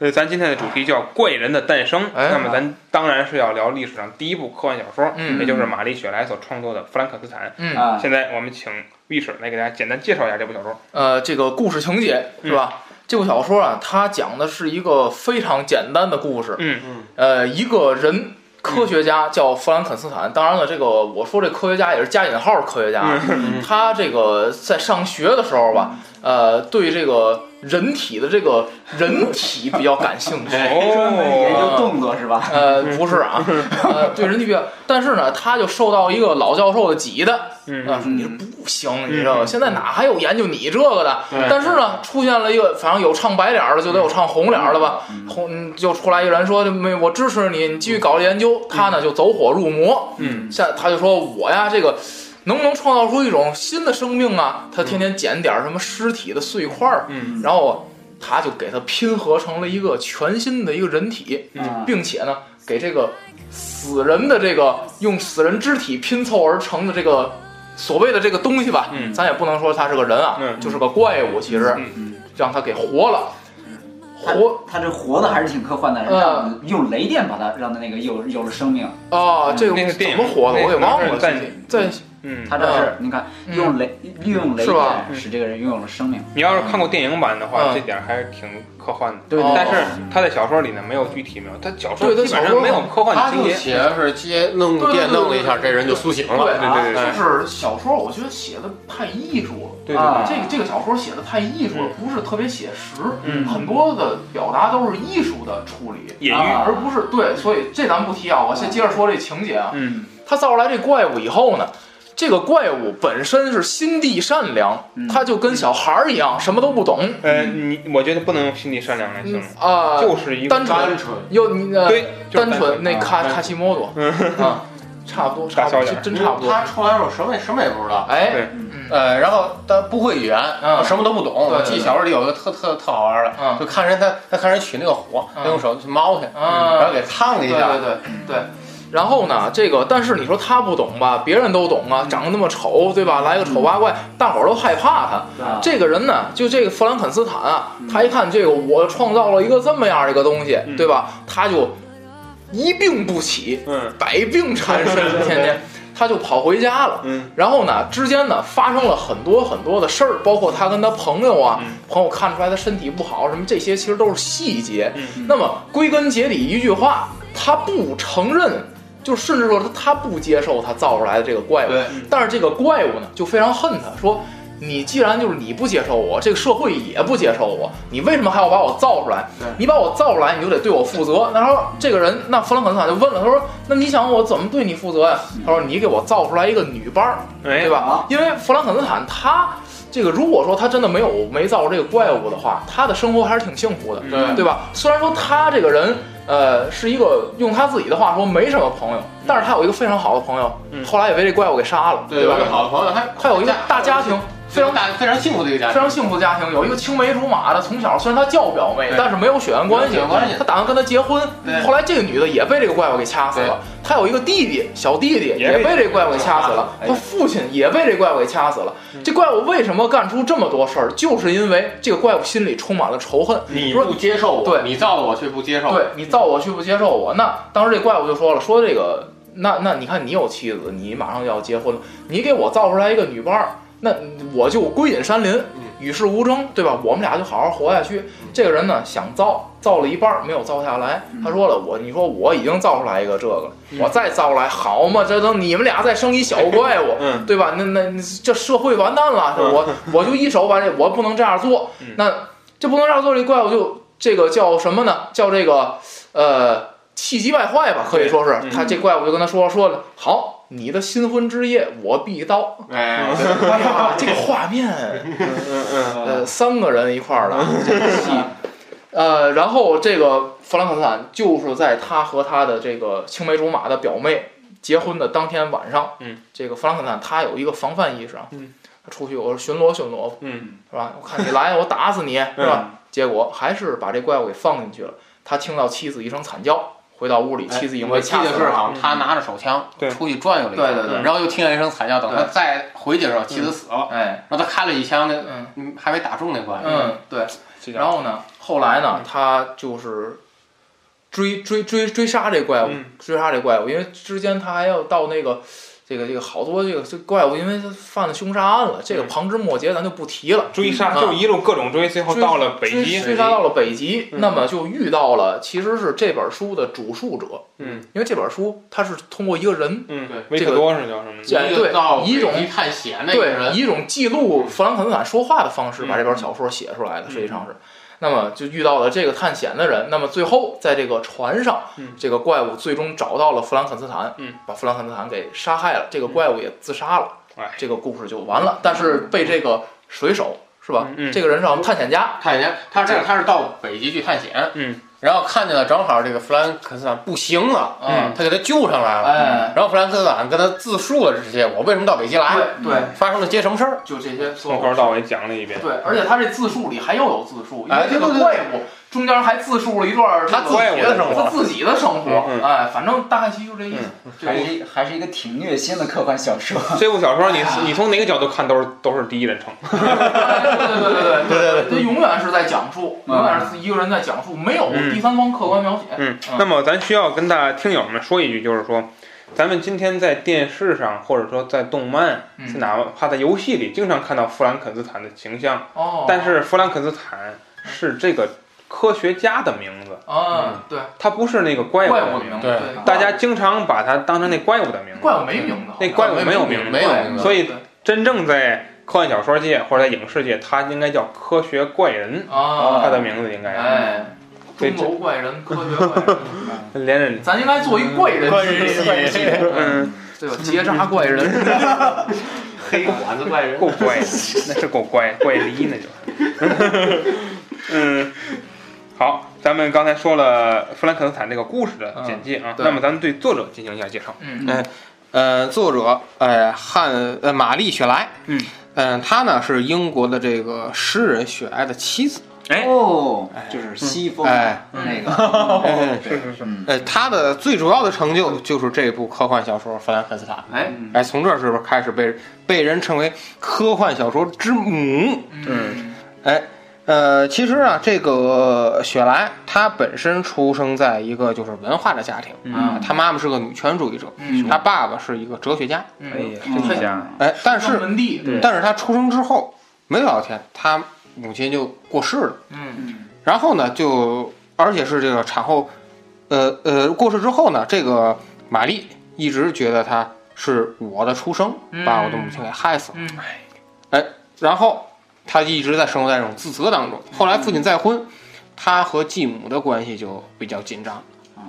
S2: 呃，咱今天的主题叫“怪人的诞生”。
S4: 哎
S2: 那么咱当然是要聊历史上第一部科幻小说，
S4: 嗯
S2: 也就是玛丽雪莱所创作的《弗兰肯斯坦》。
S4: 嗯
S3: 啊，
S2: 现在我们请历史来给大家简单介绍一下这部小说。
S4: 呃，这个故事情节是吧？
S2: 嗯
S4: 这部小说啊，它讲的是一个非常简单的故事。
S2: 嗯
S4: 呃，一个人科学家叫弗兰肯斯
S3: 嗯
S4: 坦，当然了，这个我说这科学家也是加引号的科学家啊。
S3: 嗯
S4: 他这个在上学的时候吧，呃，对这个人体的这个人体比较感兴 趣。
S3: 哎专门研
S2: 哦，
S3: 究动作是吧？
S4: 呃，不是啊，呃，对人体比较，但是呢，他就受到一个老教授的挤的，啊，
S2: 嗯
S4: 说你这不行，你知道吧？现在哪还有研究你这个的？但是呢，出现了一个，反正有唱白脸儿的，就得有唱红脸儿的吧？红嗯就出来一个人说，没，我支持你，你继续搞研究。他呢就走火入魔，
S2: 嗯
S4: 下他就说我呀这个。能不能创造出一种新的生命啊？他天天捡点儿什么尸体的碎块儿，
S2: 嗯
S4: 然后他就给它拼合成了一个全新的一个人体，
S3: 啊
S4: 并且呢，给这个死人的这个用死人肢体拼凑而成的这个所谓的这个东西吧，
S2: 嗯
S4: 咱也不能说它是个人啊，
S2: 嗯
S4: 就是个怪物，其实、
S2: 嗯
S4: 让他给活了，
S3: 他
S4: 活
S3: 他这活的还是挺科幻的，
S4: 嗯
S3: 让用雷电把它让它那个有有了生命。
S4: 啊，这
S2: 嗯那个
S4: 怎
S2: 电影
S4: 么活的
S2: 那
S4: 我给忘了，
S2: 那是
S4: 在
S2: 嗯
S3: 他这是你看
S4: 嗯
S3: 用雷利用雷
S4: 是吧
S3: 电使这个人拥有了生命。
S2: 你要是看过电影版的话，
S4: 嗯
S2: 这点还是挺科幻的。
S3: 对嗯
S4: 对
S2: 但是他在小说里呢没有具体描，他小说
S4: 对他
S2: 基
S4: 小
S2: 本
S4: 说
S2: 上没有科幻
S5: 他
S2: 情
S5: 就
S2: 节。
S5: 写的是接弄
S4: 对对
S5: 电
S4: 对
S5: 弄了一
S4: 对啊
S5: 下，这人就苏醒了。
S2: 对对对对
S4: 就是小说，我觉得写的太艺术了。
S2: 对对
S3: 啊
S2: 对，
S4: 这个这个小说写的太艺术了，不是特别写实，
S2: 嗯
S4: 很多的表达都是艺术的处理，
S2: 隐喻。
S3: 啊
S4: 而不是对，所以这咱们不提啊，我先接着说这情节啊。
S2: 嗯
S4: 他造出来这怪物以后呢，这个怪物本身是心地善良，
S3: 嗯
S4: 他就跟小孩儿一样，什么都不懂
S2: 呃，你我觉得不能用心地善良来形容，
S4: 啊，
S2: 嗯就是一个
S4: 单纯
S5: 纯
S4: 又你呃
S2: 对就是
S4: 单
S2: 单纯
S4: 纯那
S3: 啊
S4: 卡
S5: 单纯
S4: 卡西莫多 啊，差不多差
S2: 大
S4: 不多，
S2: 小眼儿嗯
S4: 真真差不多。
S5: 他出来的时候什么也什么也不知道，
S4: 哎
S2: 对，
S5: 呃，然后他不会语言，
S4: 嗯
S5: 什么都不懂。
S4: 对对
S5: 我记得小说里有一个特特特好玩的，
S4: 嗯
S5: 就看人他他看人取那个火，
S4: 嗯
S5: 他用手去猫去，嗯
S4: 啊
S5: 然后给烫
S2: 嗯
S5: 了一
S4: 对
S5: 下。
S4: 对对对。然后呢，这个但是你说他不懂吧，别人都懂啊，长得那么丑，对吧？来个丑八怪，大伙儿都害怕他。
S3: 啊
S4: 这个人呢，就这个弗兰肯斯坦啊，他一看这个我创造了一个这么样的一个东西，对吧？他就一病不起，
S2: 嗯
S4: 百病缠身，天天他就跑回家了。
S2: 嗯
S4: 然后呢，之间呢发生了很多很多的事儿，包括他跟他朋友啊，朋友看出来他身体不好，什么这些其实都是细节。
S2: 嗯
S4: 那么归根结底一句话，他不承认，就甚至说他他不接受他造出来的这个怪物
S5: 对，
S4: 但是这个怪物呢就非常恨他，说你既然就是你不接受我，这个社会也不接受我，你为什么还要把我造出来？你把我造出来，你就得对我负责。那他说这个人，那弗兰肯斯坦就问了，他说那你想我怎么对你负责呀？
S5: 嗯
S4: 他说你给我造出来一个女班儿，
S2: 哎
S4: 对吧？因为弗兰肯斯坦他。这个如果说他真的没有没造这个怪物的
S5: 嗯
S4: 话，他的生活还是挺幸福的，
S5: 对
S4: 对吧？虽然说他这个人，呃，是一个用他自己的话说没什么朋友，但是他有一个非常好的朋友，后来也被这怪物给杀了，
S5: 嗯对
S4: 吧
S5: 有一？个好的朋友，他
S4: 他有一个大家庭，非
S5: 非
S4: 常
S5: 常大非常幸福的一个家
S4: 非
S5: 庭，
S4: 常幸福的家庭，有一个青梅竹马的，从小虽然他叫表妹
S5: 对，
S4: 但是没有血缘关
S5: 没
S4: 系
S5: 有血缘关系。
S4: 他打算跟她结婚
S5: 对，
S4: 后来这个女的也被这个怪物给掐死
S5: 对
S4: 了。他有一个弟弟，小弟弟
S2: 也
S4: 也被
S2: 被
S4: 这怪物给掐死了，
S3: 哎
S4: 他父亲也被这怪物给掐死了。
S5: 嗯
S4: 这怪物为什么干出这么多事儿？就是因为这个怪物心里充满了仇恨。
S5: 你
S4: 说
S5: 不接受我，
S4: 对
S5: 你造了我却不接受，
S4: 对，你造我去不接受我？那当时这怪物就说了，说这个，那那你看你有妻子，你马上就要结婚了，你给我造出来一个女伴儿，那我就归隐山林，与世无争，对吧？我们俩就好好活下去。这个人呢，想造造了一半儿没有造下来，他说了，我你说我已经造出来一个这个，我再造出来好嘛？这等你们俩再生一小怪物，
S2: 嗯
S4: 对吧？那那那这社会完蛋了，
S2: 嗯
S4: 我我就一手把这我不能这样做，那这不能这样做，这怪物就这个叫什么呢？叫这个呃气急败坏吧，可以说是、
S2: 嗯
S4: 他这怪物就跟他说说了，好，你的新婚之夜我必 到。
S5: 哎，
S4: 哎呀，这个画面，
S2: 嗯嗯，
S4: 呃，三个人一块儿的这个戏，呃，然后这个弗兰肯斯坦就是在他和他的这个青梅竹马的表妹结婚的当天晚上，
S2: 嗯，
S4: 这个弗兰肯斯坦他有一个防范意识啊，
S2: 嗯，
S4: 他出去我说巡逻巡逻，
S2: 嗯，
S4: 是吧？我看你来，我打死 你，是吧？结果还是把这怪物给放进去了。他听到妻子一声惨叫，回到屋里，妻子已经
S5: 哎我
S4: 被
S5: 记
S4: 掐
S5: 得
S4: 死
S5: 是
S4: 了。
S5: 好像他拿着手枪
S2: 对
S5: 出去转悠了一圈，
S4: 嗯对对对
S5: 然后又听见一声惨叫，等他
S4: 对
S5: 再回去的时候，妻子死了，
S4: 哎，
S5: 然后他开了一枪，那
S4: 嗯
S5: 嗯还没打中那关，
S4: 嗯，对。然后呢，后来呢，
S5: 嗯
S4: 他就是追追追追杀这怪物，
S2: 嗯
S4: 追杀这怪物，因为之间他还要到那个这个这个好多这个这怪物，因为他犯了凶杀案了，这个
S2: 嗯
S4: 旁枝末节咱就不提了。
S2: 追杀
S4: 嗯
S2: 就一路各种追，最后
S4: 追
S2: 到了北
S4: 追
S2: 极，
S4: 追杀到了北极，
S2: 嗯
S4: 那么就遇到了其实是这本书的主述者，
S2: 嗯，
S4: 因为这本书它是通过一个人，
S2: 嗯
S5: 对，
S2: 维克多是叫什么？
S4: 对
S5: 一个到
S4: 一种
S5: 北极探险的一个
S4: 对，
S5: 人，
S4: 以一种记录弗兰肯斯坦说话的方式
S2: 嗯
S4: 把这本小说写出来的，
S2: 嗯
S4: 实际上是。那么就遇到了这个探险的人，那么最后在这个船上
S2: 嗯，
S4: 这个怪物最终找到了弗兰肯斯坦
S2: 嗯，
S4: 把弗兰肯斯坦给杀害了，这个怪物也自杀了
S5: 嗯
S2: 哎，
S4: 这个故事就完了。但是被这个水手是吧
S2: 嗯嗯？
S4: 这个人是我们探险家，
S5: 探险，他是他是到北极去探险，
S2: 嗯，
S5: 然后看见了正好这个弗兰肯斯坦不行了，
S4: 嗯，
S5: 他给他救上来了，
S4: 哎，
S5: 然后弗兰肯斯坦跟他自述了这些，我为什么到北极来，
S4: 对对，
S5: 发生了些什么事儿，
S4: 就这些所
S2: 从
S4: 有
S2: 头到尾讲了一遍。
S4: 对，而且他这自述里还又有自述，因为
S5: 哎
S4: 这个
S5: 对对对
S4: 怪物中间还自述了一段
S5: 他
S4: 这
S5: 自
S4: 个
S5: 己的生
S4: 他
S5: 活，嗯
S4: 自己的生活
S2: 嗯嗯，
S4: 哎，反正大概其实就这意思。
S3: 还是一还是一个挺虐心的科幻小说。
S2: 这部小说你你从哪个角度看都是都是第一人称，
S4: 对对对对对对，他永远是在讲述，
S3: 嗯
S4: 永远是一个人在讲述，没有
S2: 嗯
S4: 第三方客观描写。
S2: 嗯，那么咱需要跟大家听友们说一句，就是说，咱们今天在电视上，或者说在动漫，
S4: 嗯
S2: 在哪怕在游戏里，经常看到弗兰肯斯坦的形象，
S4: 哦，
S2: 但是弗兰肯斯坦是这个科学家的名字，
S4: 啊，对，
S2: 他不是那个怪
S4: 怪物
S2: 物的
S4: 的
S2: 名
S4: 名
S2: 字。
S4: 字，
S5: 对
S4: 对
S2: 大家经常把它当成那怪物的名字，
S4: 怪物没名字，好像
S2: 那怪物没有名
S5: 名，
S2: 字
S5: 没有名字，
S2: 所以
S4: 对
S2: 真正在科幻小说界或者在影视界，它应该叫科学怪人，
S4: 啊
S2: 它，的名字应该
S4: 哎，
S2: 对
S4: 钟楼怪人，科学怪 人，
S2: 连着你。
S4: 咱应该做一怪人系列，
S2: 嗯，
S4: 对吧？结扎怪人，
S5: 黑管子怪人，
S2: 够乖， 那是够乖，怪离那就是。 嗯，好，咱们刚才说了弗兰肯斯坦这个故事的简介啊，
S4: 对
S2: 那么咱们对作者进行一下介绍。
S4: 嗯
S5: 呃，作者呃汉呃玛丽雪莱，
S2: 嗯
S5: 嗯，她呢是英国的这个诗人雪莱的妻子，
S2: 哎
S3: 哦，就是西风
S5: 哎
S3: 那个，嗯是是是，
S5: 呃，她的最主要的成就就是这部科幻小说《弗兰肯斯坦》。
S4: 哎，
S5: 哎，从这时候开始被被人称为科幻小说之母。
S4: 嗯
S5: 哎，呃，其实啊，这个雪莱她本身出生在一个就是文化的家庭，
S4: 啊
S5: 她妈妈是个女权主义者，
S4: 嗯
S5: 她爸爸是一个哲学家。
S2: 哎
S4: 嗯，
S2: 呀，这一家，
S5: 哎，但是
S4: 张文帝，
S2: 对
S5: 但是他出生之后没多少天，他母亲就过世了。
S4: 嗯
S5: 然后呢，就而且是这个产后，呃呃，过世之后呢，这个玛丽一直觉得她是我的出生
S4: 嗯
S5: 把我的母亲给害死了。哎
S4: 嗯，
S5: 然后他就一直在生活在这种自责当中。后来父亲再婚，他和继母的关系就比较紧张，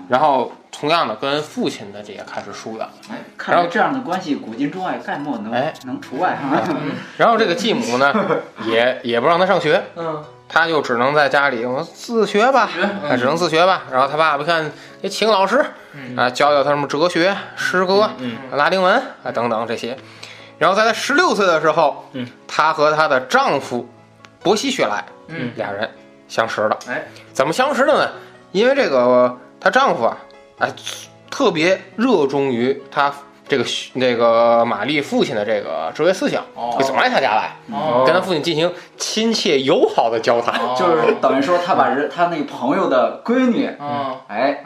S5: 然后同样的跟父亲的这也开始疏远。
S3: 哎，看来这样的关系，古今中外概莫能、
S5: 哎
S3: 能除外哈。
S5: 然后这个继母呢，也也不让他上学，
S4: 嗯，
S5: 他就只能在家里我自学吧，
S4: 学嗯
S5: 啊，只能自学吧。然后他爸爸看，也请老师
S4: 嗯
S5: 啊，教教他什么哲学、诗歌、
S4: 嗯
S5: 拉丁文啊等等这些。然后在他十六岁的时候，
S4: 嗯，
S5: 她和她的丈夫伯希雪莱，
S4: 嗯，
S5: 俩人相识了。
S4: 哎，
S5: 怎么相识的呢？因为这个她丈夫啊，哎，特别热衷于她这个那个玛丽父亲的这个哲学思想，
S4: 哦
S5: 就总来她家来，
S4: 哦
S5: 跟她父亲进行亲切友好的交谈。
S4: 哦
S3: 就是等于说他把人他那个朋友的闺女，
S4: 嗯，
S3: 哎，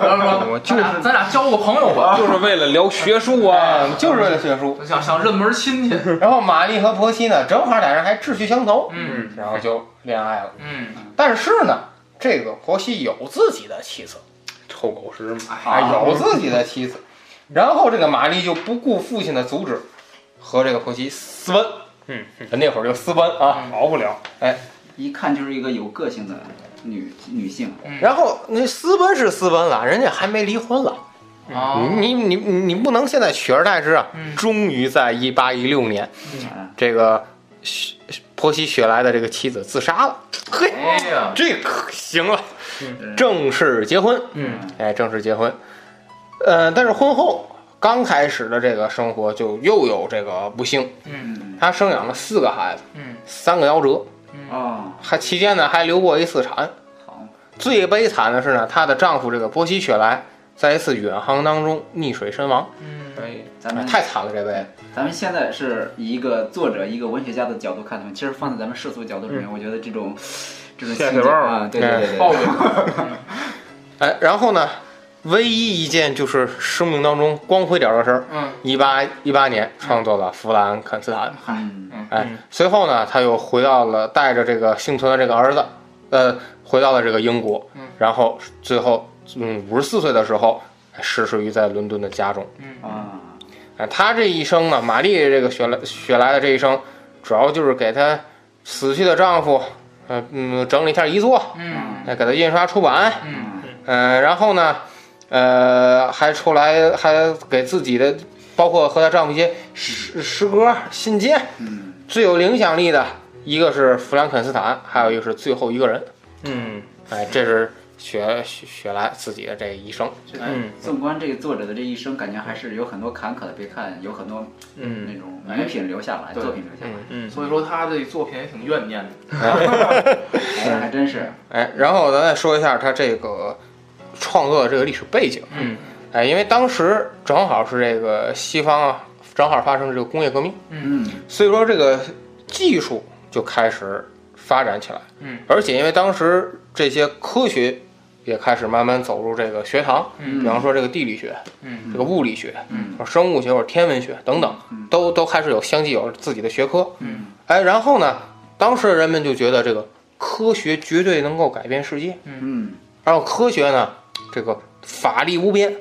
S4: 然后说，
S5: 我就是
S4: 咱俩咱俩交个朋友吧，
S1: 就是为了聊学术啊，
S5: 嗯就是为了学术。
S4: 我想想认门亲戚，
S5: 然后玛丽和婆媳呢，正好俩人还志趣相投，
S4: 嗯
S5: 然后就恋爱了。
S4: 嗯，
S5: 但是呢，这个婆媳有自己的妻子，
S1: 臭狗屎嘛！
S5: 啊，
S3: 啊
S5: 有自己的妻子。然后这个玛丽就不顾父亲的阻止，和这个婆媳私奔。呃
S1: 嗯，
S5: 那会儿就私奔啊。
S4: 嗯
S1: 熬不了，
S3: 一看就是一个有个性的女女性。
S5: 然后那私奔是私奔了，人家还没离婚了。
S4: 哦，
S5: 你你你你不能现在取而代之啊！
S4: 嗯
S5: 终于在一八一六年，
S3: 嗯
S5: 这个雪婆媳雪莱的这个妻子自杀了。嘿，
S4: 哎呀，
S5: 这可行了，
S3: 嗯
S5: 正式结婚。
S4: 嗯
S5: 哎，正式结婚。呃，但是婚后刚开始的这个生活就又有这个不幸，
S4: 嗯
S3: 嗯
S5: 她生养了四个孩子，
S4: 嗯
S5: 三个夭折，
S3: 哦，
S5: 还期间呢还流过一次产。
S3: 好，
S5: 最悲惨的是呢，她的丈夫这个波西雪莱在一次远航当中溺水身亡，
S4: 嗯，
S1: 哎，
S3: 咱
S5: 哎
S3: 们
S5: 太惨了，这位。
S3: 咱们现在是以一个作者、一个文学家的角度看他们，其实放在咱们世俗角度里面，我觉得这种这种
S1: 下
S3: 情
S1: 水
S3: 景
S1: 道
S3: 啊，对对对对
S4: 抱
S3: 对，
S4: 怨，
S5: 哎，然后呢，唯一一件就是生命当中光辉点儿的事儿。
S4: 嗯
S5: 一八一八年创作了《弗兰肯斯坦》，
S3: 嗯，
S5: 哎，随后呢，他又回到了带着这个幸存的这个儿子，呃，回到了这个英国，
S4: 嗯
S5: 然后最后，嗯，五十四岁的时候，逝世于在伦敦的家中。
S4: 嗯
S3: 啊，
S5: 哎，他这一生呢，玛丽这个雪莱雪莱的这一生，主要就是给她死去的丈夫，呃嗯，整理一下遗作，
S4: 嗯
S5: 哎，给他印刷出版，
S4: 嗯
S5: 嗯、然后呢，呃，还出来还给自己的，包括和她丈夫一些诗诗歌、信件，
S3: 嗯，
S5: 最有影响力的一个是《弗兰肯斯坦》，还有一个是《最后一个人》。
S1: 嗯
S5: 哎，这是雪雪雪莱自己的这一生。
S3: 这
S1: 嗯
S3: 纵观这个作者的这一生，感觉还是有很多坎坷的。别看有很多
S1: 嗯
S3: 那种
S5: 哎
S3: 名品留下来，
S4: 对
S3: 作品留下来，
S1: 嗯，
S4: 所以说他这作品也挺怨念的，
S3: 哎，还真是，
S5: 哎，然后咱再说一下他这个创作的这个历史背景。
S1: 嗯，
S5: 哎，因为当时正好是这个西方啊，正好发生这个工业革命，
S3: 嗯，
S5: 所以说这个技术就开始发展起来。
S4: 嗯，
S5: 而且因为当时这些科学也开始慢慢走入这个学堂，
S3: 嗯
S5: 比方说这个地理学、
S4: 嗯
S5: 这个物理学、
S3: 嗯
S5: 或者生物学或者天文学等等
S3: 嗯，
S5: 都都开始有相继有自己的学科。
S4: 嗯，
S5: 哎，然后呢，当时的人们就觉得这个科学绝对能够改变世界，
S3: 嗯，
S5: 然后科学呢，这个法力无边，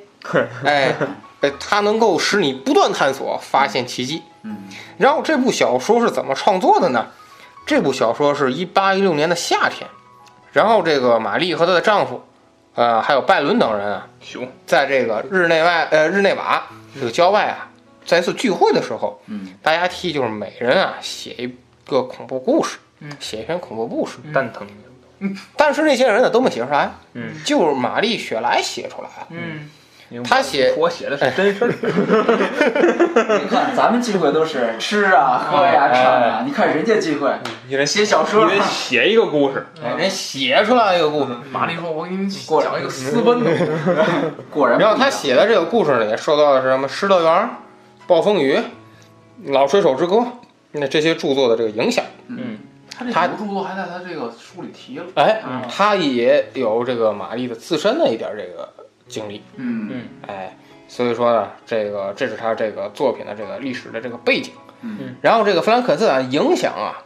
S5: 哎哎，它能够使你不断探索，发现奇迹。
S3: 嗯，
S5: 然后这部小说是怎么创作的呢？这部小说是一八一六年的夏天，然后这个玛丽和她的丈夫，呃，还有拜伦等人啊，
S1: 熊，
S5: 在这个日内外呃日内瓦这个郊外啊，在一次聚会的时候，
S3: 嗯，
S5: 大家替就是每人啊写一个恐怖故事，
S4: 嗯
S5: 写一篇恐怖故事。
S1: 蛋疼，
S5: 但是那些人呢都没写出来，
S1: 嗯，
S5: 就是玛丽雪莱写出来了。
S4: 嗯
S5: 他写
S1: 我写的是真 事儿，
S3: 你看咱们聚会都是吃啊、喝呀、唱啊，
S5: 嗯
S3: 你看人家聚会
S1: 一人
S3: 写小说
S1: 一，人写一个故事，
S5: 哎人写出来一个故事，
S4: 玛丽说：“我给你们讲一个私奔的故事。
S3: 果然
S5: 然
S3: 不一样
S5: 后他写的这个故事呢，也受到了什么《失乐园》《暴风雨》《老水手之歌》那这些著作的这个影响。
S4: 他这小著作还在他这个书里提了。
S5: 哎
S4: 嗯，
S5: 他也有这个玛丽的自身的一点这个经历。
S3: 嗯
S5: 哎，所以说呢，这个这是他这个作品的这个历史的这个背景。
S3: 嗯，
S5: 然后这个弗兰肯斯坦影响啊，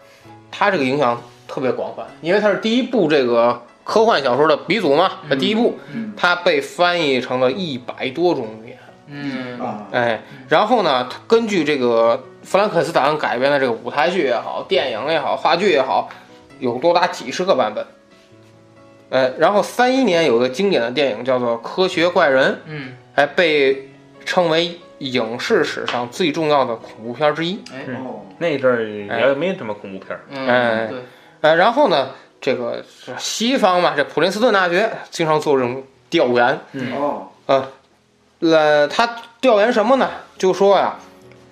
S5: 他这个影响特别广泛，因为他是第一部这个科幻小说的鼻祖嘛，他第一部，
S3: 嗯
S5: 他被翻译成了一百多种语言。
S4: 嗯
S3: 啊，
S5: 哎，然后呢，根据这个弗兰肯斯坦改编的这个舞台剧也好，电影也好，话剧也好，有多达几十个版本。呃，然后三一年有个经典的电影叫做《科学怪人》，
S4: 嗯，
S5: 还哎被称为影视史上最重要的恐怖片之一。
S4: 哎，
S2: 嗯
S4: 哦，
S2: 那阵儿也没什么恐怖片儿，
S5: 哎
S4: 嗯，对，
S5: 呃，然后呢，这个是西方嘛，这普林斯顿大学经常做这种调研，
S3: 哦，
S5: 呃，他调研什么呢？就说呀，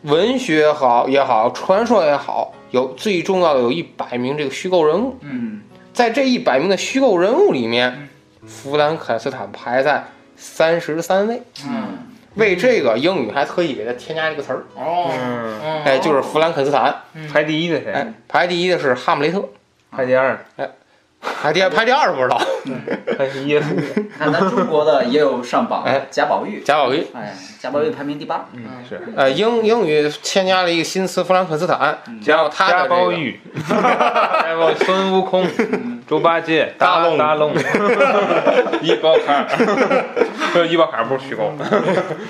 S5: 文学也好也好，传说也好，有最重要的有一百名这个虚构人物，
S3: 嗯，
S5: 在这一百名的虚构人物里面
S4: 嗯，
S5: 弗兰肯斯坦排在三十三位。
S4: 嗯，
S5: 为这个英语还特意给他添加一个词儿，
S4: 哦，
S2: 嗯，
S4: 哦
S5: 哎，就是弗兰肯斯坦。
S4: 嗯
S2: 排第一的谁？
S5: 哎，排第一的是《哈姆雷特》，嗯
S2: 排第二，
S5: 排第排第二不知道，
S2: 排第一的是
S3: 看咱中国的也有上榜
S5: 哎，
S3: 贾宝玉，
S5: 贾宝玉。
S3: 哎，贾宝玉排名第八，
S2: 嗯是
S5: 呃，英英语添加了一个新词“弗兰肯斯坦”，然后他的
S2: 加
S5: 这个
S2: 包 玉，还有孙悟空、猪八戒、
S5: 大
S2: 龙、嗯
S5: 龙
S2: 大 龙，一包卡， 一包卡不是虚构，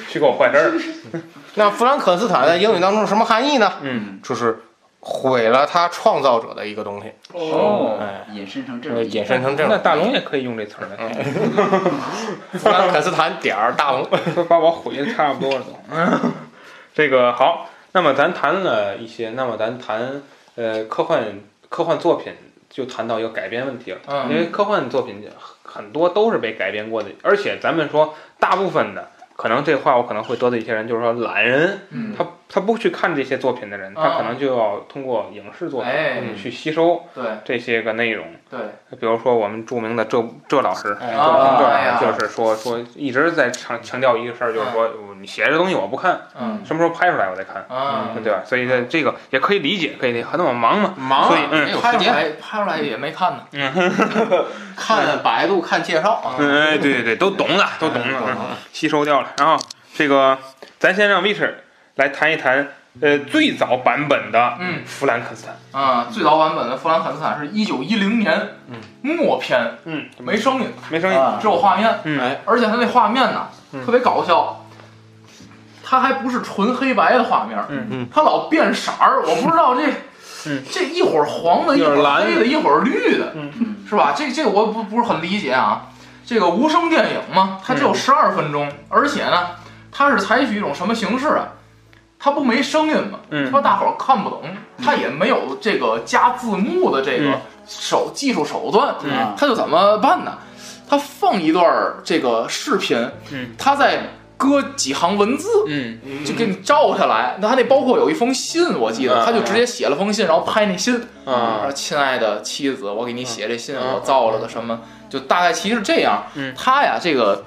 S2: 虚构坏事儿。
S5: 那弗兰肯斯坦在英语当中是什么含义呢？
S2: 嗯，
S5: 就是毁了他创造者的一个东西，
S3: 哦
S5: 哎，
S3: 引申成这
S5: 呃
S3: 种
S5: 引申成这
S2: 那
S5: 种。
S2: 大龙也可以用这词儿呢，
S5: 弗兰肯斯坦点儿 大龙，
S2: 嗯都把我毁的差不多了都。 这个好，那么咱谈了一些，那么咱谈呃科幻科幻作品，就谈到一个改编问题了。
S4: 嗯，
S2: 因为科幻作品很多都是被改编过的，而且咱们说大部分的，可能这话我可能会得罪一些人，就是说懒人，
S4: 嗯啊
S2: 他他不去看这些作品的人，他可能就要通过影视作品
S4: 哎
S2: 去吸收
S4: 对
S2: 这些个内容。
S4: 对，
S2: 比如说我们著名的这这老师，
S5: 哎
S2: 这老
S4: 哎
S2: 师
S4: 呀
S2: 就是说说一直在强强调一个事儿，就是说你写这东西我不看，
S4: 嗯
S2: 什么时候拍出来我再看，
S4: 啊，
S2: 对吧？所以这这个也可以理解，可以理解，那么忙嘛，
S5: 忙
S2: 所以
S5: 啊
S2: 嗯
S5: 没有
S4: 拍
S5: 时
S4: 出
S5: 间
S4: 来拍出来也没看呢，
S5: 看百度看介绍啊。
S2: 嗯，哎，对对对，都懂了，都懂了，嗯吸收掉了。然后这个，咱先让 Vitor 来谈一谈，呃，最早版本的
S4: 嗯
S2: 弗兰肯斯坦，
S4: 啊，最早版本的《弗兰肯斯坦》是一九一零年末篇，
S2: 嗯，
S4: 没声音，
S2: 没声音，
S3: 啊
S4: 只有画面，
S2: 嗯
S5: 哎
S4: 而且它那画面呢
S2: 嗯
S4: 特别搞笑，它还不是纯黑白的画面，
S2: 嗯
S5: 嗯
S4: 它老变色儿，我不知道这
S2: 嗯
S4: 这一会儿黄的，
S2: 一
S4: 一
S2: 会
S4: 会
S2: 儿
S4: 儿
S2: 蓝
S4: 黑的，一会儿绿的，
S3: 嗯
S4: 是吧？这这我不不是很理解啊。这个无声电影嘛，它只
S2: 嗯
S4: 有十二分钟，而且呢，它是采取一种什么形式啊？它不没声音嘛，
S2: 嗯
S4: 它让大伙儿看不懂，它也没有这个加字幕的这
S2: 嗯
S4: 个手技术手段，
S2: 嗯
S3: 啊
S4: 它就怎么办呢？它放一段儿这个视频，
S2: 嗯
S4: 它再搁几行文字，
S2: 嗯
S4: 就给你照下来。那他那包括有一封信，我记
S2: 嗯
S4: 得，他就直接写了封信，然后拍那信，
S2: 啊
S4: 说亲爱的妻子，我给你写这信，
S2: 嗯
S4: 我造了个什么，就大概其实是这样
S2: 嗯。
S4: 他呀，这个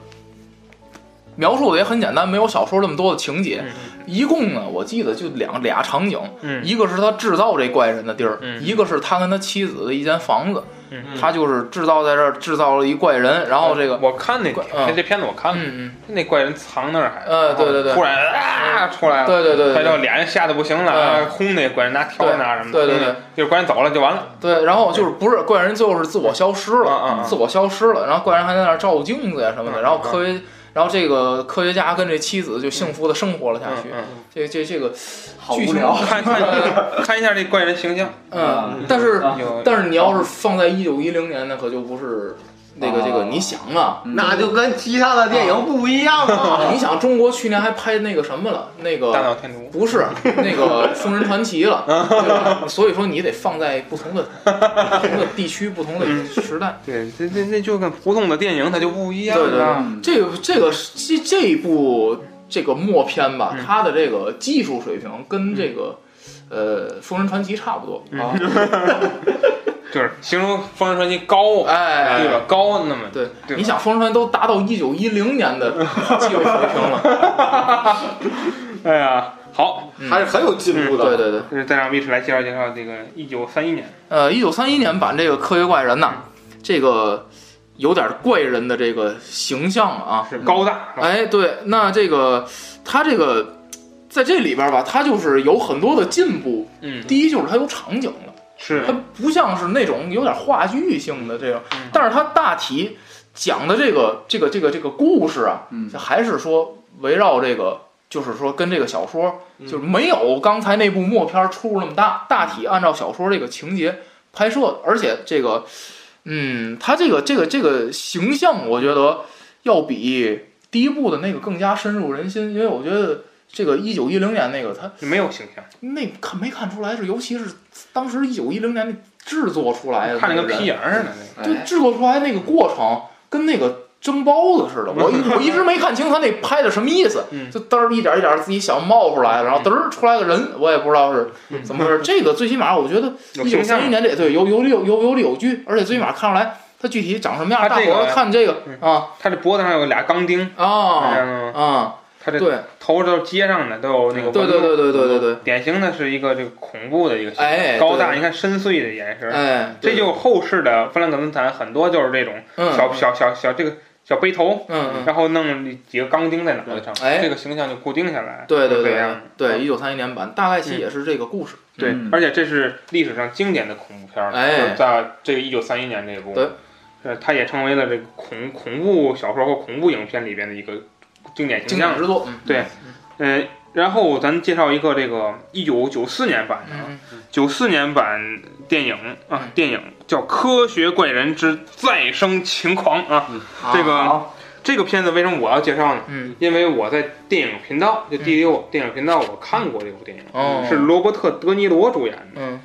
S4: 描述的也很简单，没有小说那么多的情节。一共呢，我记得就两俩场景，
S2: 嗯
S4: 一个是他制造这怪人的地儿，
S2: 嗯
S4: 一个是他跟他妻子的一间房子，
S2: 嗯
S4: 他就是制造在这儿制造了一怪人，然后这个，
S2: 我看那
S4: 怪嗯
S2: 这片子我看了，
S4: 嗯
S2: 那怪人藏那儿还，
S4: 呃对对对
S2: 突然啊出来
S4: 嗯，
S2: 了。
S4: 对对对
S2: 拍
S4: 对
S2: 到
S4: 对
S2: 俩人吓得不行了，轰那怪人拿笤帚拿什么的，
S4: 对对对
S2: 嗯，就是怪人走了就完了，
S4: 对，然后就是不是怪人最后是自我消失了，
S2: 嗯嗯嗯
S4: 自我消失了，然后怪人还在那儿照镜子呀什么
S2: 嗯
S4: 的，
S2: 嗯
S4: 然后科学，然后这个科学家跟这妻子就幸福的生活了下
S2: 嗯
S4: 去。
S2: 嗯，
S4: 这这这个
S3: 好
S4: 剧
S3: 无
S4: 情
S3: 聊，
S2: 看 看看一下这怪人形象，
S4: 嗯，但是
S3: 啊
S2: 有
S4: 但是你要是放在一九一零年，那可就不是那个这个
S3: 啊
S4: 你想啊，
S5: 那就跟其他的电影不一样了。
S4: 你想中国去年还拍那个什么了，那
S2: 大
S4: 个
S2: 闹天竺，
S4: 不是那个《封神传奇》了，对吧？所以说你得放在不同的不同的地区、不同的时代。
S2: 对，这这这就跟普通的电影它就不一样
S4: 对对
S2: 了。
S4: 对
S3: 嗯，
S4: 这个这个这这一部这个默片吧，它的这个技术水平跟这个。呃，《封神传奇》差不多，
S3: 啊
S2: 就是形容《风神传奇》高，
S4: 哎，
S2: 对吧？高那么
S4: 对，
S2: 对吧
S4: 你想《封神传奇》都达到一九一零年的 技术水平了，嗯
S2: 哎呀，好，
S5: 还是很有进步的。
S4: 对对对，
S2: 就是再让 V 士来介绍介绍这个一九三一年，
S4: 呃，一九三一年版这个《科学怪人》呐，这个有点怪人的这个形象啊，
S2: 是高大，
S4: 哎，对，那这个他这个在这里边吧，他就是有很多的进步，
S2: 嗯，
S4: 第一就是它有场景了。
S2: 是
S4: 它不像是那种有点话剧性的这种
S2: 嗯，
S4: 但是它大体讲的这个这个这个这个故事啊，
S3: 嗯
S4: 还是说围绕这个就是说跟这个小说
S2: 嗯
S4: 就是没有刚才那部默片出入那么大，大体按照小说这个情节拍摄的，而且这个，嗯，他这个这个这个形象，我觉得要比第一部的那个更加深入人心，因为我觉得这个一九一零年那个他
S2: 没有形象，
S4: 那看没看出来是，尤其是当时一九一零年那制作出来的，
S2: 看那个
S4: 人
S2: 皮影儿似的那个。
S4: 就
S3: 哎
S4: 制作出来那个过程跟那个蒸包子似的，我 一我一直没看清他那拍的什么意思，
S2: 嗯
S4: 就嘚儿一点一点自己想冒出来，然后嘚儿出来个人，我也不知道是怎么回事。这个最起码我觉得
S2: 嗯有
S4: 一九
S2: 形象啊
S4: 三一年这对有有理有有有理有据，而且最起码看出来他具体长什么样，
S2: 他
S4: 大
S2: 这
S4: 伙儿
S2: 个
S4: 看这个
S2: 嗯
S4: 啊
S2: 他这脖子上有俩钢钉，看
S4: 啊
S2: 见了吗？
S4: 啊，
S2: 他这
S4: 对
S2: 头都是接上的，都有那个
S4: 对对对对对对对，
S2: 典型的是一个这个恐怖的一个形象
S4: 哎
S2: 高大，
S4: 对
S2: 你看深邃的眼神，
S4: 哎，
S2: 嗯这
S4: 对
S2: 就后世的弗兰肯斯坦很多就是这种
S4: 嗯
S2: 小、小小小这个小背头，
S4: 嗯嗯。
S2: 然后弄几个钢钉在脑袋上，
S4: 哎
S2: 这个形象就固定下来，
S4: 对对
S2: 就这
S4: 对
S2: 样。
S4: 对，一九三一年版大概其实也是这个故事。
S2: 对，
S3: 嗯
S2: 而且这是历史上经典的恐怖片儿，
S4: 哎
S2: 就是在这个一九三一年这一部，
S4: 对
S2: 呃，它也成为了这个恐恐怖小说或恐怖影片里边的一个经典
S4: 经
S2: 形象
S4: 典。之作，嗯，
S2: 对嗯，然后咱介绍一个这个一九九四年版的，
S4: 嗯，
S2: 九四年版电影啊
S4: 嗯，
S2: 电影叫《科学怪人之再生情狂》啊，
S4: 啊
S2: 这个
S3: 好，
S2: 这个片子为什么我要介绍呢？
S4: 嗯，
S2: 因为我在电影频道，就第六电影频道，我看过这部电影，
S4: 哦，
S2: 是罗伯特·德尼罗主演的。
S4: 嗯，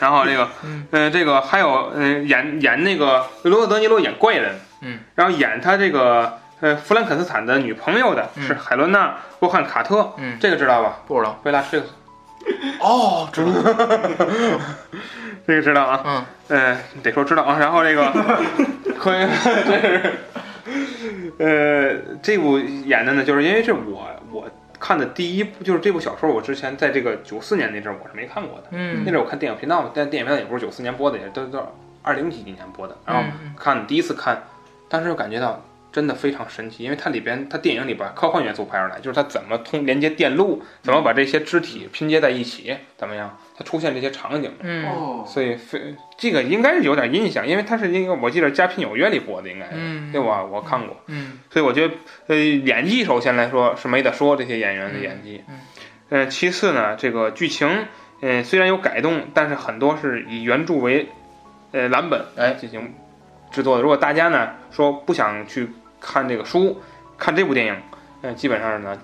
S2: 然后这个
S4: 嗯，
S2: 呃，这个还有，嗯、演演那个罗伯特·德尼罗演怪人，
S4: 嗯，
S2: 然后演他这个呃弗兰肯斯坦的女朋友的
S4: 嗯
S2: 是海伦娜·沃汉卡特，
S4: 嗯，
S2: 这个知道吧？
S4: 不知道。
S2: 贝拉这个
S4: 哦，知道。
S2: 这个知道啊，
S4: 嗯
S2: 呃，得说知道啊。然 后这个可以，这是呃，这部演的呢，就是因为是我我看的第一部，就是这部小说，我之前在这个九四年那阵儿我是没看过的，那
S4: 嗯
S2: 阵儿我看电影频道嘛，但电影频道也不是九四年播的，也都都二零几几年播的，然后看第一次看，当时就感觉到真的非常神奇，因为它里边它电影里把科幻元素拍出来，就是它怎么通连接电路，怎么把这些肢体拼接在一起，怎么样，它出现这些场景，
S4: 嗯
S3: 哦，
S2: 所以非这个应该是有点印象，因为它是一个我记得《家贫有约》里播的，应该是、
S4: 嗯，
S2: 对？吧？我看过，
S4: 嗯
S2: 所以我觉得呃演技首先来说是没得说，这些演员的
S4: 嗯
S2: 演技，
S4: 嗯
S2: 呃其次呢这个剧情。嗯，虽然有改动，但是很多是以原著为呃蓝本
S4: 哎
S2: 进行制作的。如果大家呢说不想去看这个书，看这部电影，嗯、基本上呢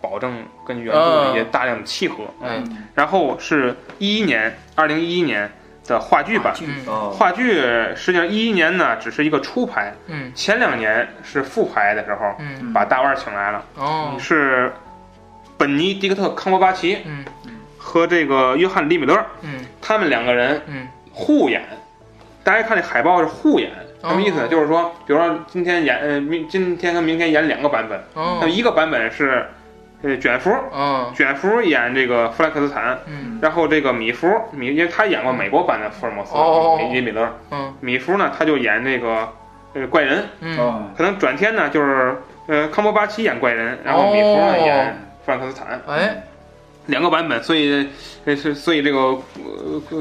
S2: 保证跟原著
S4: 哦
S2: 的一些大量的契合。
S4: 哎，
S2: 然后是一一年，二零一一年的话剧版。
S4: 嗯
S3: 哦，
S2: 话剧实际上一一年呢只是一个初排，
S4: 嗯
S2: 前两年是复排的时候，
S4: 嗯，
S2: 把大腕儿请来了，
S4: 哦，
S2: 是本尼迪克特·康伯巴奇
S4: 嗯
S2: 和这个约翰·里米勒，
S4: 嗯
S2: 他们两个人
S4: 嗯
S2: 互演。大家看这海报是互演，什么意思呢？
S4: 哦
S2: 就是说，比如说今天演，呃，明今天和明天演两个版本，那么
S4: 哦，
S2: 一个版本是，呃，卷福，
S5: 嗯
S4: 哦，
S2: 卷福演这个弗兰克斯坦，
S4: 嗯
S2: 然后这个米夫，米因为他演过美国版的福尔摩斯，
S4: 哦哦哦
S2: 米米勒。
S4: 嗯
S2: 米夫呢，他就演那个呃怪人，
S4: 嗯
S3: 哦，
S2: 可能转天呢就是呃康伯巴奇演怪人，然后米夫呢、
S4: 哦
S2: 演弗兰克斯坦，
S4: 哎，
S2: 两个版本，所以呃是所以这个呃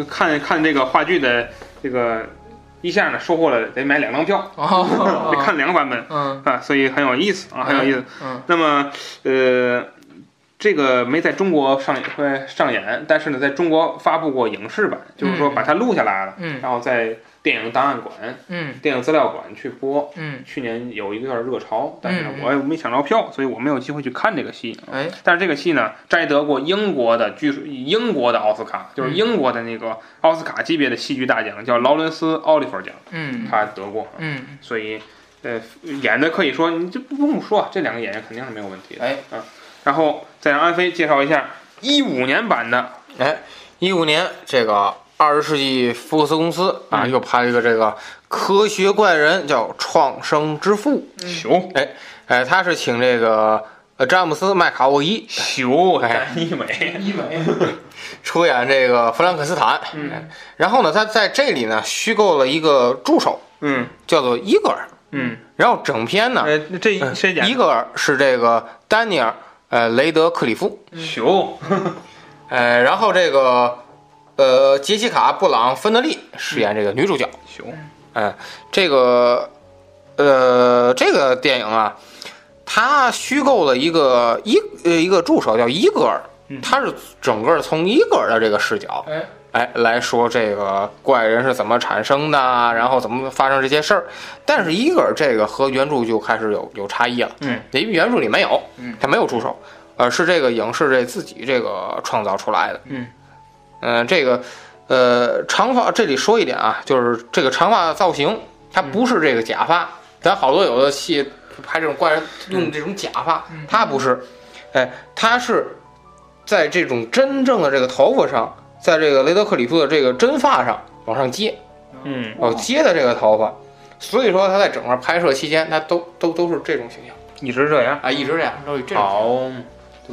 S2: 看看这个话剧的这个一下呢收获了得买两张票，
S4: 哦，
S2: 得看两个版本
S4: 嗯
S2: 啊，所以很有意思啊，很有意思。
S4: 嗯
S2: 那么，呃，这个没在中国上呃上演，但是呢，在中国发布过影视版，就是说把它录下来了，
S4: 嗯
S2: 然后在电影档案馆、
S4: 嗯
S2: 电影资料馆去播。
S4: 嗯，
S2: 去年有一段热潮，但是呢
S4: 嗯嗯
S2: 我也没抢着票，所以我没有机会去看这个戏。
S4: 哎，
S2: 但是这个戏呢，摘得过英国的，据说英国的奥斯卡，就是
S4: 嗯
S2: 英国的那个奥斯卡级别的戏剧大奖，叫劳伦斯·奥利弗奖，
S4: 嗯
S2: 他得过。
S4: 嗯
S2: 所以呃，演的可以说你就不用说，这两个演员肯定是没有问题的。
S4: 哎，
S2: 啊，然后再让安飞介绍一下一五年版的，
S5: 哎，一五年这个二十世纪福克斯公司啊，
S2: 嗯
S5: 又拍了一个这个科学怪人，叫《创生之父》。
S4: 嗯
S2: 朽
S5: 哎，他是请这个呃詹姆斯麦卡沃伊
S2: 朽
S5: 哎
S2: 詹一美，
S4: 医美，
S5: 出演这个弗兰肯斯坦。
S2: 嗯
S5: 然后呢，他在这里呢虚构了一个助手，
S2: 嗯
S5: 叫做伊格尔。
S2: 嗯，
S5: 然后整篇呢，
S2: 呃，这
S5: 呃
S2: 谁演
S5: 伊格尔是这个丹尼尔呃雷德克里夫。
S2: 朽？
S5: 呃，然后这个呃杰西卡布朗芬德利饰演这个女主
S4: 嗯
S5: 角。
S2: 朽，
S5: 呃哎，这个，呃，这个电影啊，他虚构了一个伊呃一个助手叫伊戈尔，他是整个从伊戈尔的这个视角，
S4: 嗯哎，
S5: 哎来说这个怪人是怎么产生的，然后怎么发生这些事儿。但是伊戈尔这个和原著就开始有有差异了，
S4: 嗯，
S5: 因为原著里没有，
S4: 嗯，
S5: 他没有助手，呃，是这个影视这自己这个创造出来的，
S4: 嗯，
S5: 嗯、这个呃长发这里说一点啊，就是这个长发造型，它不是这个假发，咱好多有的戏拍这种怪人用这种假发，
S4: 嗯
S5: 它不是，哎，它是在这种真正的这个头发上，在这个雷德克里夫的这个真发上往上接，
S2: 嗯，
S5: 哦，接的这个头发，所以说他在整个拍摄期间，他都都都是这种形象
S2: 一直这样。
S5: 啊，一直这样，都是这种，
S2: 好，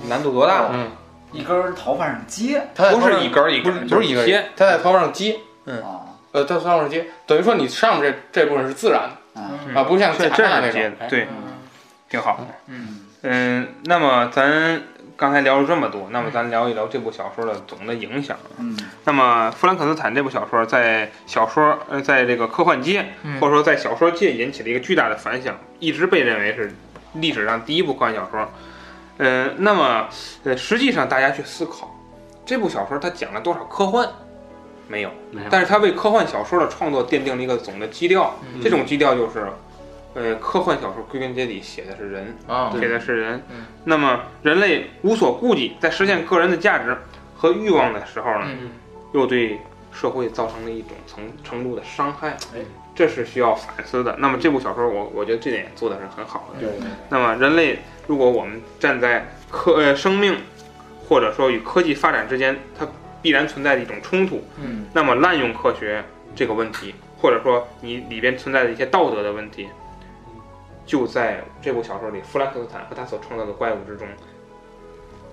S2: 难度多大了？
S5: 嗯，
S3: 一根头发上接
S5: 他在
S2: 不
S5: 头上
S2: 是一根儿一
S5: 不
S2: 根
S5: 是
S2: 儿，
S5: 不是一个
S2: 贴
S5: 人，他在头发上接，
S3: 啊，
S5: 呃，在头发上接，等于说你上面这这部分是自然的啊，不像假
S2: 嗯是这
S5: 发那
S2: 样接
S5: 种，
S2: 的，
S5: 哎
S2: 对，挺好。
S4: 嗯
S2: 嗯，那么咱刚才聊了这么多，那么咱聊一聊这部小说的总的影响。
S3: 嗯，
S2: 那么《弗兰肯斯坦》这部小说在小说呃，在这个科幻界
S4: 嗯
S2: 或者说在小说界引起了一个巨大的反响，一直被认为是历史上第一部科幻小说。嗯、那么呃，实际上大家去思考，这部小说它讲了多少科幻？没有，
S1: 没有
S2: 但是它为科幻小说的创作奠定了一个总的基调。
S4: 嗯
S2: 这种基调就是，呃，科幻小说归根结底写的是人，
S4: 啊，
S2: 写的是人
S4: 嗯。
S2: 那么人类无所顾忌，在实现个人的价值和欲望的时候呢，
S4: 嗯
S2: 又对社会造成了一种层程度的伤害
S4: 哎，
S2: 这是需要反思的。那么这部小说我，我觉得这点也做的是很好的。
S3: 对对
S2: 那么人类，如果我们站在科呃生命，或者说与科技发展之间，它必然存在的一种冲突。
S4: 嗯，
S2: 那么滥用科学这个问题，或者说你里边存在的一些道德的问题，就在这部小说里，弗兰克斯坦和他所创造的怪物之中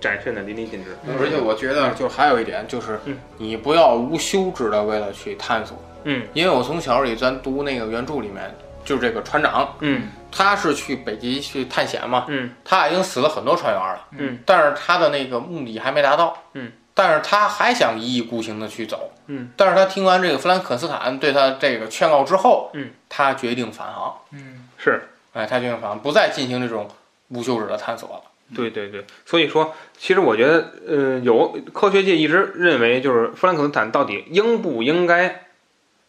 S2: 展现的淋漓尽致。
S5: 而
S4: 嗯
S5: 且我觉得，就还有一点，就是
S2: 嗯
S5: 你不要无休止的为了去探索。
S2: 嗯，
S5: 因为我从小里咱读那个原著里面，就是这个船长，
S2: 嗯
S5: 他是去北极去探险嘛，
S2: 嗯
S5: 他已经死了很多船员了，
S2: 嗯，
S5: 但是他的那个目的还没达到，
S2: 嗯，
S5: 但是他还想一意孤行的去走，
S2: 嗯，
S5: 但是他听完这个弗兰肯斯坦对他这个劝告之后，
S2: 嗯，
S5: 他决定返航，
S4: 嗯
S2: 是。
S5: 哎，他决定返航，不再进行这种无休止的探索了，
S2: 对对对，所以说，其实我觉得，呃，有科学界一直认为，就是《弗兰肯斯坦》到底应不应该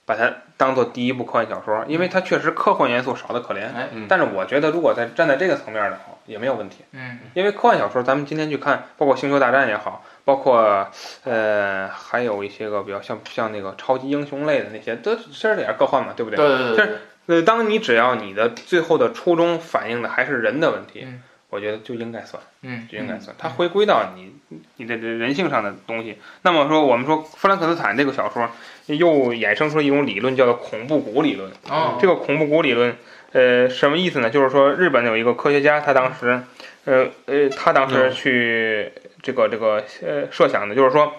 S2: 把它当做第一部科幻小说，因为它确实科幻元素少的可怜。
S4: 哎
S5: 嗯
S2: 但是我觉得，如果在站在这个层面的话，也没有问题，
S4: 嗯
S2: 因为科幻小说，咱们今天去看，包括《星球大战》也好，包括呃，还有一些个比较像像那个超级英雄类的那些，都其实也是科幻嘛，对不
S4: 对
S2: 对？
S4: 对对
S2: 这呃，当你只要你的最后的初衷反映的还是人的问题，
S4: 嗯
S2: 我觉得就应该算。
S4: 嗯
S2: 就应该算，它回归到你你的人性上的东西。那么说，我们说《弗兰肯斯坦》这个小说又衍生出了一种理论，叫做恐怖谷理论。
S5: 嗯
S4: 哦
S2: 这个恐怖谷理论，呃，什么意思呢？就是说，日本有一个科学家，他当时，呃呃，他当时去这个这个呃设想的，就是说，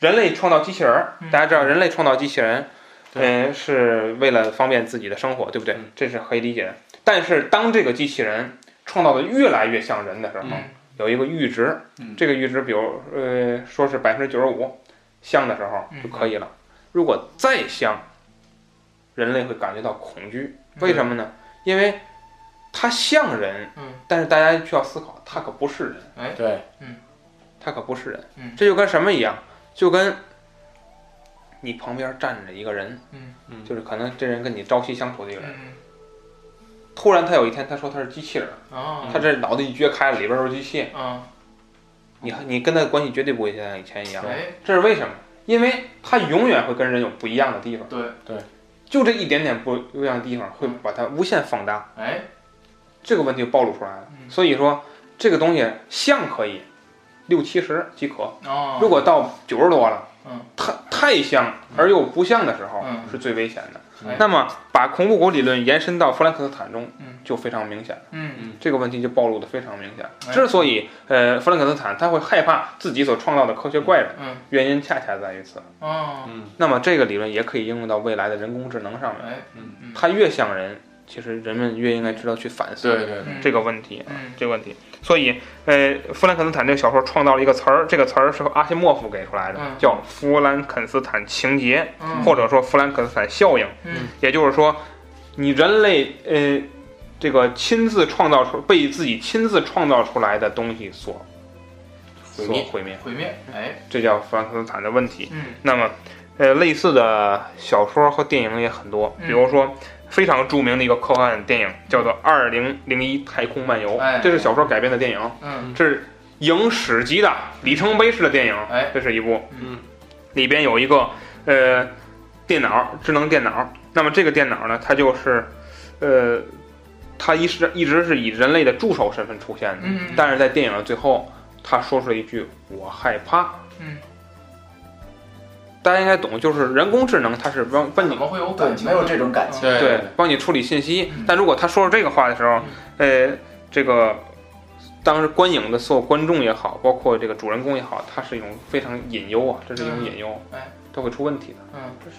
S2: 人类创造机器人儿
S4: 嗯，
S2: 大家知道，人类创造机器人，
S5: 对
S2: 呃，是为了方便自己的生活，对不对
S5: 嗯？
S2: 这是可以理解的。但是当这个机器人创造的越来越像人的时候，
S4: 嗯
S2: 有一个阈值，
S3: 嗯
S2: 这个阈值比如呃说是百分之九十五像的时候
S4: 嗯
S2: 就可以了。如果再像，人类会感觉到恐惧，为什么呢？因为它像人，
S4: 嗯哎
S2: 但是大家需要思考，它可不是人，
S5: 对，
S2: 它可不是人。
S4: 嗯
S2: 这就跟什么一样？就跟你旁边站着一个人，
S4: 嗯
S1: 嗯
S2: 就是可能这人跟你朝夕相处的一个人，
S4: 嗯
S2: 突然他有一天他说他是机器人，
S4: 啊
S2: 他这脑袋一撅开了，里边都是机械，
S4: 啊
S2: 你和你跟他的关系绝对不会像以前一样。
S4: 哎
S2: 这是为什么？因为他永远会跟人有不一样的地方，
S4: 对
S2: 就这一点点不一样的地方会把它无限放大，
S4: 哎
S2: 这个问题就暴露出来了。
S4: 嗯
S2: 所以说，这个东西像可以六七十即可，
S4: 哦
S2: 如果到九十多了，
S4: 嗯
S2: 太太像而又不像的时候，
S4: 嗯
S2: 是最危险的。
S4: 哎
S2: 那么，把恐怖谷理论延伸到弗兰肯斯坦中
S4: 嗯，
S2: 就非常明显了。
S4: 嗯
S2: 这个问题就暴露的非常明显。
S4: 哎
S2: 之所以呃弗兰肯斯坦他会害怕自己所创造的科学怪人，
S4: 嗯
S2: 原因恰恰在于此。
S4: 哦
S2: 那么这个理论也可以应用到未来的人工智能上面。
S4: 哎嗯
S2: 它越像人，其实人们越应该知道去反思
S5: 对对对，
S2: 这个问题，啊
S4: 嗯
S2: 这个问题。所以，呃，弗兰肯斯坦这个小说创造了一个词儿，这个词儿是阿西莫夫给出来的
S4: 嗯，
S2: 叫弗兰肯斯坦情节，
S4: 嗯
S2: 或者说弗兰肯斯坦效应。
S4: 嗯
S2: 也就是说，你人类呃这个亲自创造出被自己亲自创造出来的东西所
S6: 毁灭
S2: 所毁灭，
S4: 毁灭，哎，
S2: 这叫弗兰肯斯坦的问题。
S4: 嗯
S2: 那么，呃，类似的小说和电影也很多，
S4: 嗯
S2: 比如说非常著名的一个科幻电影叫做《二零零一太空漫游
S4: 哎》，
S2: 这是小说改编的电影，
S4: 嗯
S2: 这是影史级的里程碑式的电影。
S4: 哎
S2: 这是一部，
S6: 嗯，
S2: 里边有一个呃电脑，智能电脑。那么这个电脑呢，它就是呃，它一是一直是以人类的助手身份出现的，
S4: 嗯
S2: 但是在电影的最后，他说出了一句“我害怕”。
S4: 嗯，
S2: 大家应该懂，就是人工智能，它是帮帮你
S4: 怎么会有感
S3: 对，
S4: 情？
S3: 没有这种感情。
S5: 对
S2: 对，帮你处理信息
S4: 嗯。
S2: 但如果他说出这个话的时候，呃，这个当时观影的所有观众也好，包括这个主人公也好，他是一种非常隐忧啊，这是一种
S4: 嗯
S2: 隐忧
S4: 哎，
S2: 都会出问题的。
S4: 嗯，这是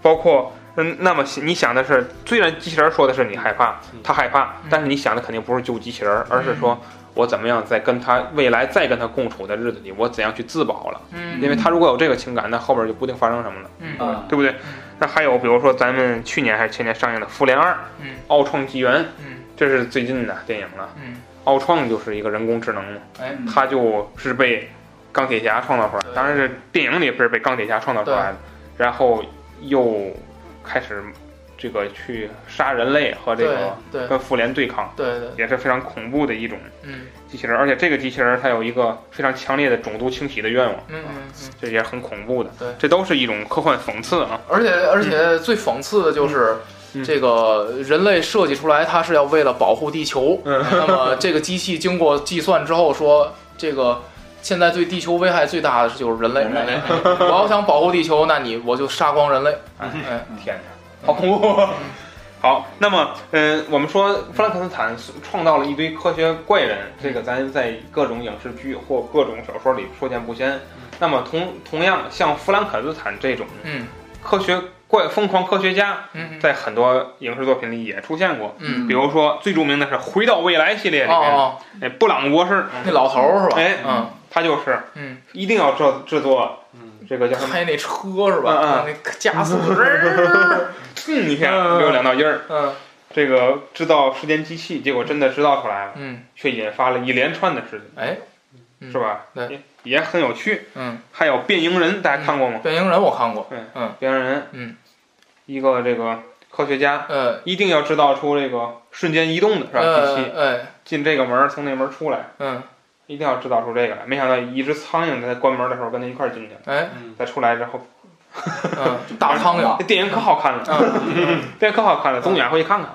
S2: 包括嗯，那么你想的是，虽然机器人说的是你害怕，他害怕
S4: 嗯，
S2: 但是你想的肯定不是救机器人，而是说我怎么样在跟他未来再跟他共处的日子里，我怎样去自保了。
S4: 嗯，
S2: 因为他如果有这个情感，那后边就不定发生什么了。
S4: 嗯
S3: 啊，
S2: 对不对？那还有比如说咱们去年还是前年上映的《复联二》，
S4: 嗯，
S2: 奥创纪元，
S4: 嗯
S2: 这是最近的电影了。
S4: 嗯，
S2: 奥创就是一个人工智能嘛，
S4: 哎，
S2: 它就是被钢铁侠创造出来的，
S4: 对
S2: 当然是电影里不是被钢铁侠创造出来的，然后又开始这个去杀人类和这
S4: 对
S2: 个
S4: 对
S2: 跟复联对抗，
S4: 对对，
S2: 也是非常恐怖的一种
S4: 嗯
S2: 机器人，而且这个机器人它有一个非常强烈的种族清洗的愿望，
S4: 嗯嗯嗯。
S2: 这也是很恐怖的。
S4: 对
S2: 这都是一种科幻讽刺啊。
S4: 而且而且最讽刺的就是，
S2: 嗯
S4: 这个人类设计出来，它是要为了保护地球。
S2: 嗯
S4: 那么这个机器经过计算之后说，这个现在对地球危害最大的就是人类。
S3: 人类
S4: 我要想保护地球，那你我就杀光人类。哎，
S2: 天哪，好恐怖！好，那么，嗯，我们说弗兰肯斯坦创造了一堆科学怪人，这个咱在各种影视剧或各种小说里说见不鲜。那么同同样，像弗兰肯斯坦这种
S4: 嗯
S2: 科学怪疯狂科学家，
S4: 嗯
S2: 在很多影视作品里也出现过。
S4: 嗯，
S2: 比如说最著名的是《回到未来》系列里面，
S4: 哦，哦
S2: 那布朗博士，
S4: 那老头儿是吧？
S2: 哎
S4: 嗯
S2: 他就是
S4: 嗯，
S2: 一定要制制作这个叫什么？
S4: 开那车是吧？
S2: 嗯
S4: 那加 速，嗯
S2: 嗯一下溜两道音儿，
S4: 嗯
S2: 这个制造时间机器，结果真的制造出来了，
S4: 嗯，
S2: 却引发了一连串的事情，
S4: 哎，嗯
S2: 是？吧？
S4: 对
S2: 也，也很有趣。
S4: 嗯，
S2: 还有变形人，大家看过吗？
S4: 变形人我看过，
S2: 变形人，
S4: 嗯，
S2: 一个这个科学家
S4: 呃
S2: 一定要制造出这个瞬间移动的是吧？机器
S4: 呃哎
S2: 进这个门儿，从那门儿出来，
S4: 嗯
S2: 一定要制造出这个来。没想到一只苍蝇在关门的时候跟他一块儿进去了，
S4: 哎
S2: 再出来之后，
S4: 嗯，大苍 蝇，
S2: 这电影可好看了，
S4: 嗯
S2: 电影可好看了，总远回去看看。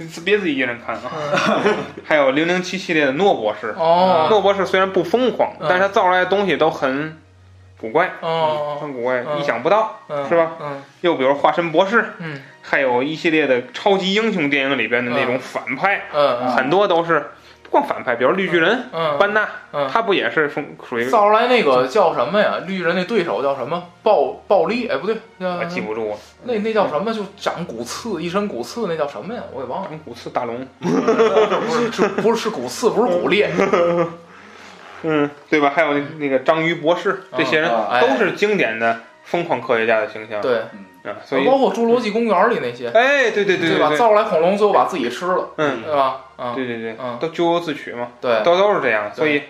S2: 你别自己一个人看啊！还有零零七系列的诺博士，
S4: 哦
S2: 诺博士虽然不疯狂，
S4: 嗯
S2: 但是他造出来的东西都很古怪，
S4: 哦
S2: 很古怪，
S4: 嗯
S2: 意想不到。
S4: 嗯
S2: 是吧？
S4: 嗯
S2: 又比如化身博士，
S4: 嗯
S2: 还有一系列的超级英雄电影里边的那种反派，
S4: 嗯
S2: 很多都是不光反派，比如绿巨人、
S4: 嗯，
S2: 班纳，
S4: 嗯
S2: 他不也是风属于
S4: 造出来那个叫什么呀？绿人那对手叫什么？暴暴力？哎，不对，
S2: 我
S4: 那
S2: 记不住啊，
S4: 那那叫什么？就长骨刺，一身骨刺，那叫什么呀？我给忘了，
S2: 长骨刺大
S4: 嗯
S2: 龙，
S4: 不是是不是是骨刺，不是骨裂，
S2: 嗯，对吧？还有那个章鱼博士，这些人
S3: 啊
S4: 哎
S2: 都是经典的疯狂科学家的形象，
S4: 对，
S2: 啊，所以，
S4: 包括侏罗纪公园里那些，
S2: 哎，对对对
S4: 哦吧？
S2: 对，
S4: 造出来恐龙最后把自己吃了，
S2: 嗯，
S4: 对吧？嗯，
S2: 对对对，
S4: 嗯
S2: 都咎由自取嘛，
S4: 对，
S2: 都都是这样，所以，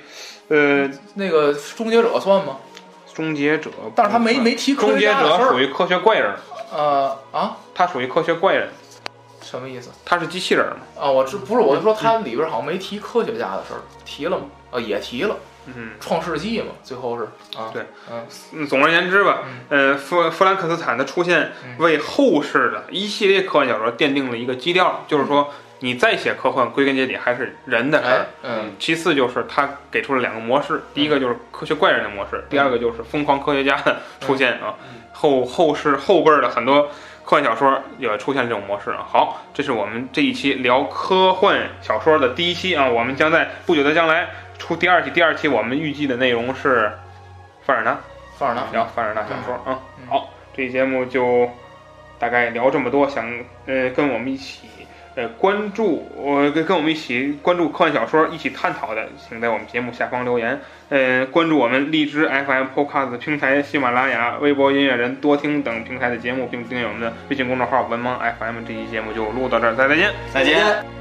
S2: 呃，
S4: 那个终结者算吗？
S2: 终结者不算，
S4: 但是他没没提科
S2: 嗯终
S4: 学
S2: 结
S4: 家的事
S2: 者属
S4: 儿，
S2: 于科学怪人，
S4: 呃啊，
S2: 他属于科学怪人，
S4: 什么意思？
S2: 他是机器人嘛，
S4: 啊，我知不是，我就说它里边好像没提科学家的事儿，提了吗？啊，也提了，
S2: 嗯。
S4: 创世纪嘛，最后是啊，
S2: 对
S4: 嗯，
S2: 嗯总而言之吧，呃，弗弗兰肯斯坦的出现
S4: 嗯
S2: 为后世的一系列科幻小说奠定了一个基调，就是说你再写科幻，归根结底还是人的事
S4: 嗯哎
S2: 儿。，
S4: 嗯，
S2: 其次就是他给出了两个模式，第一个就是科学怪人的模式，第二个就是疯狂科学家的出现啊。后后世后辈儿的很多科幻小说也出现这种模式啊。好，这是我们这一期聊科幻小说的第一期啊，我们将在不久的将来出第二期。第二期我们预计的内容是凡尔纳。
S4: 范儿呢？
S2: 聊凡尔纳小说啊、
S4: 嗯
S2: 好，这期节目就大概聊这么多，想呃跟我们一起呃关注，呃跟跟我们一起关注科幻小说，一起探讨的，请在我们节目下方留言。呃，关注我们荔枝 FM、Podcast 平台、喜马拉雅、微博音乐人、多听等平台的节目，并订阅我们的微信公众号“文盲 FM”。这期节目就录到这儿，再见。
S3: 再见。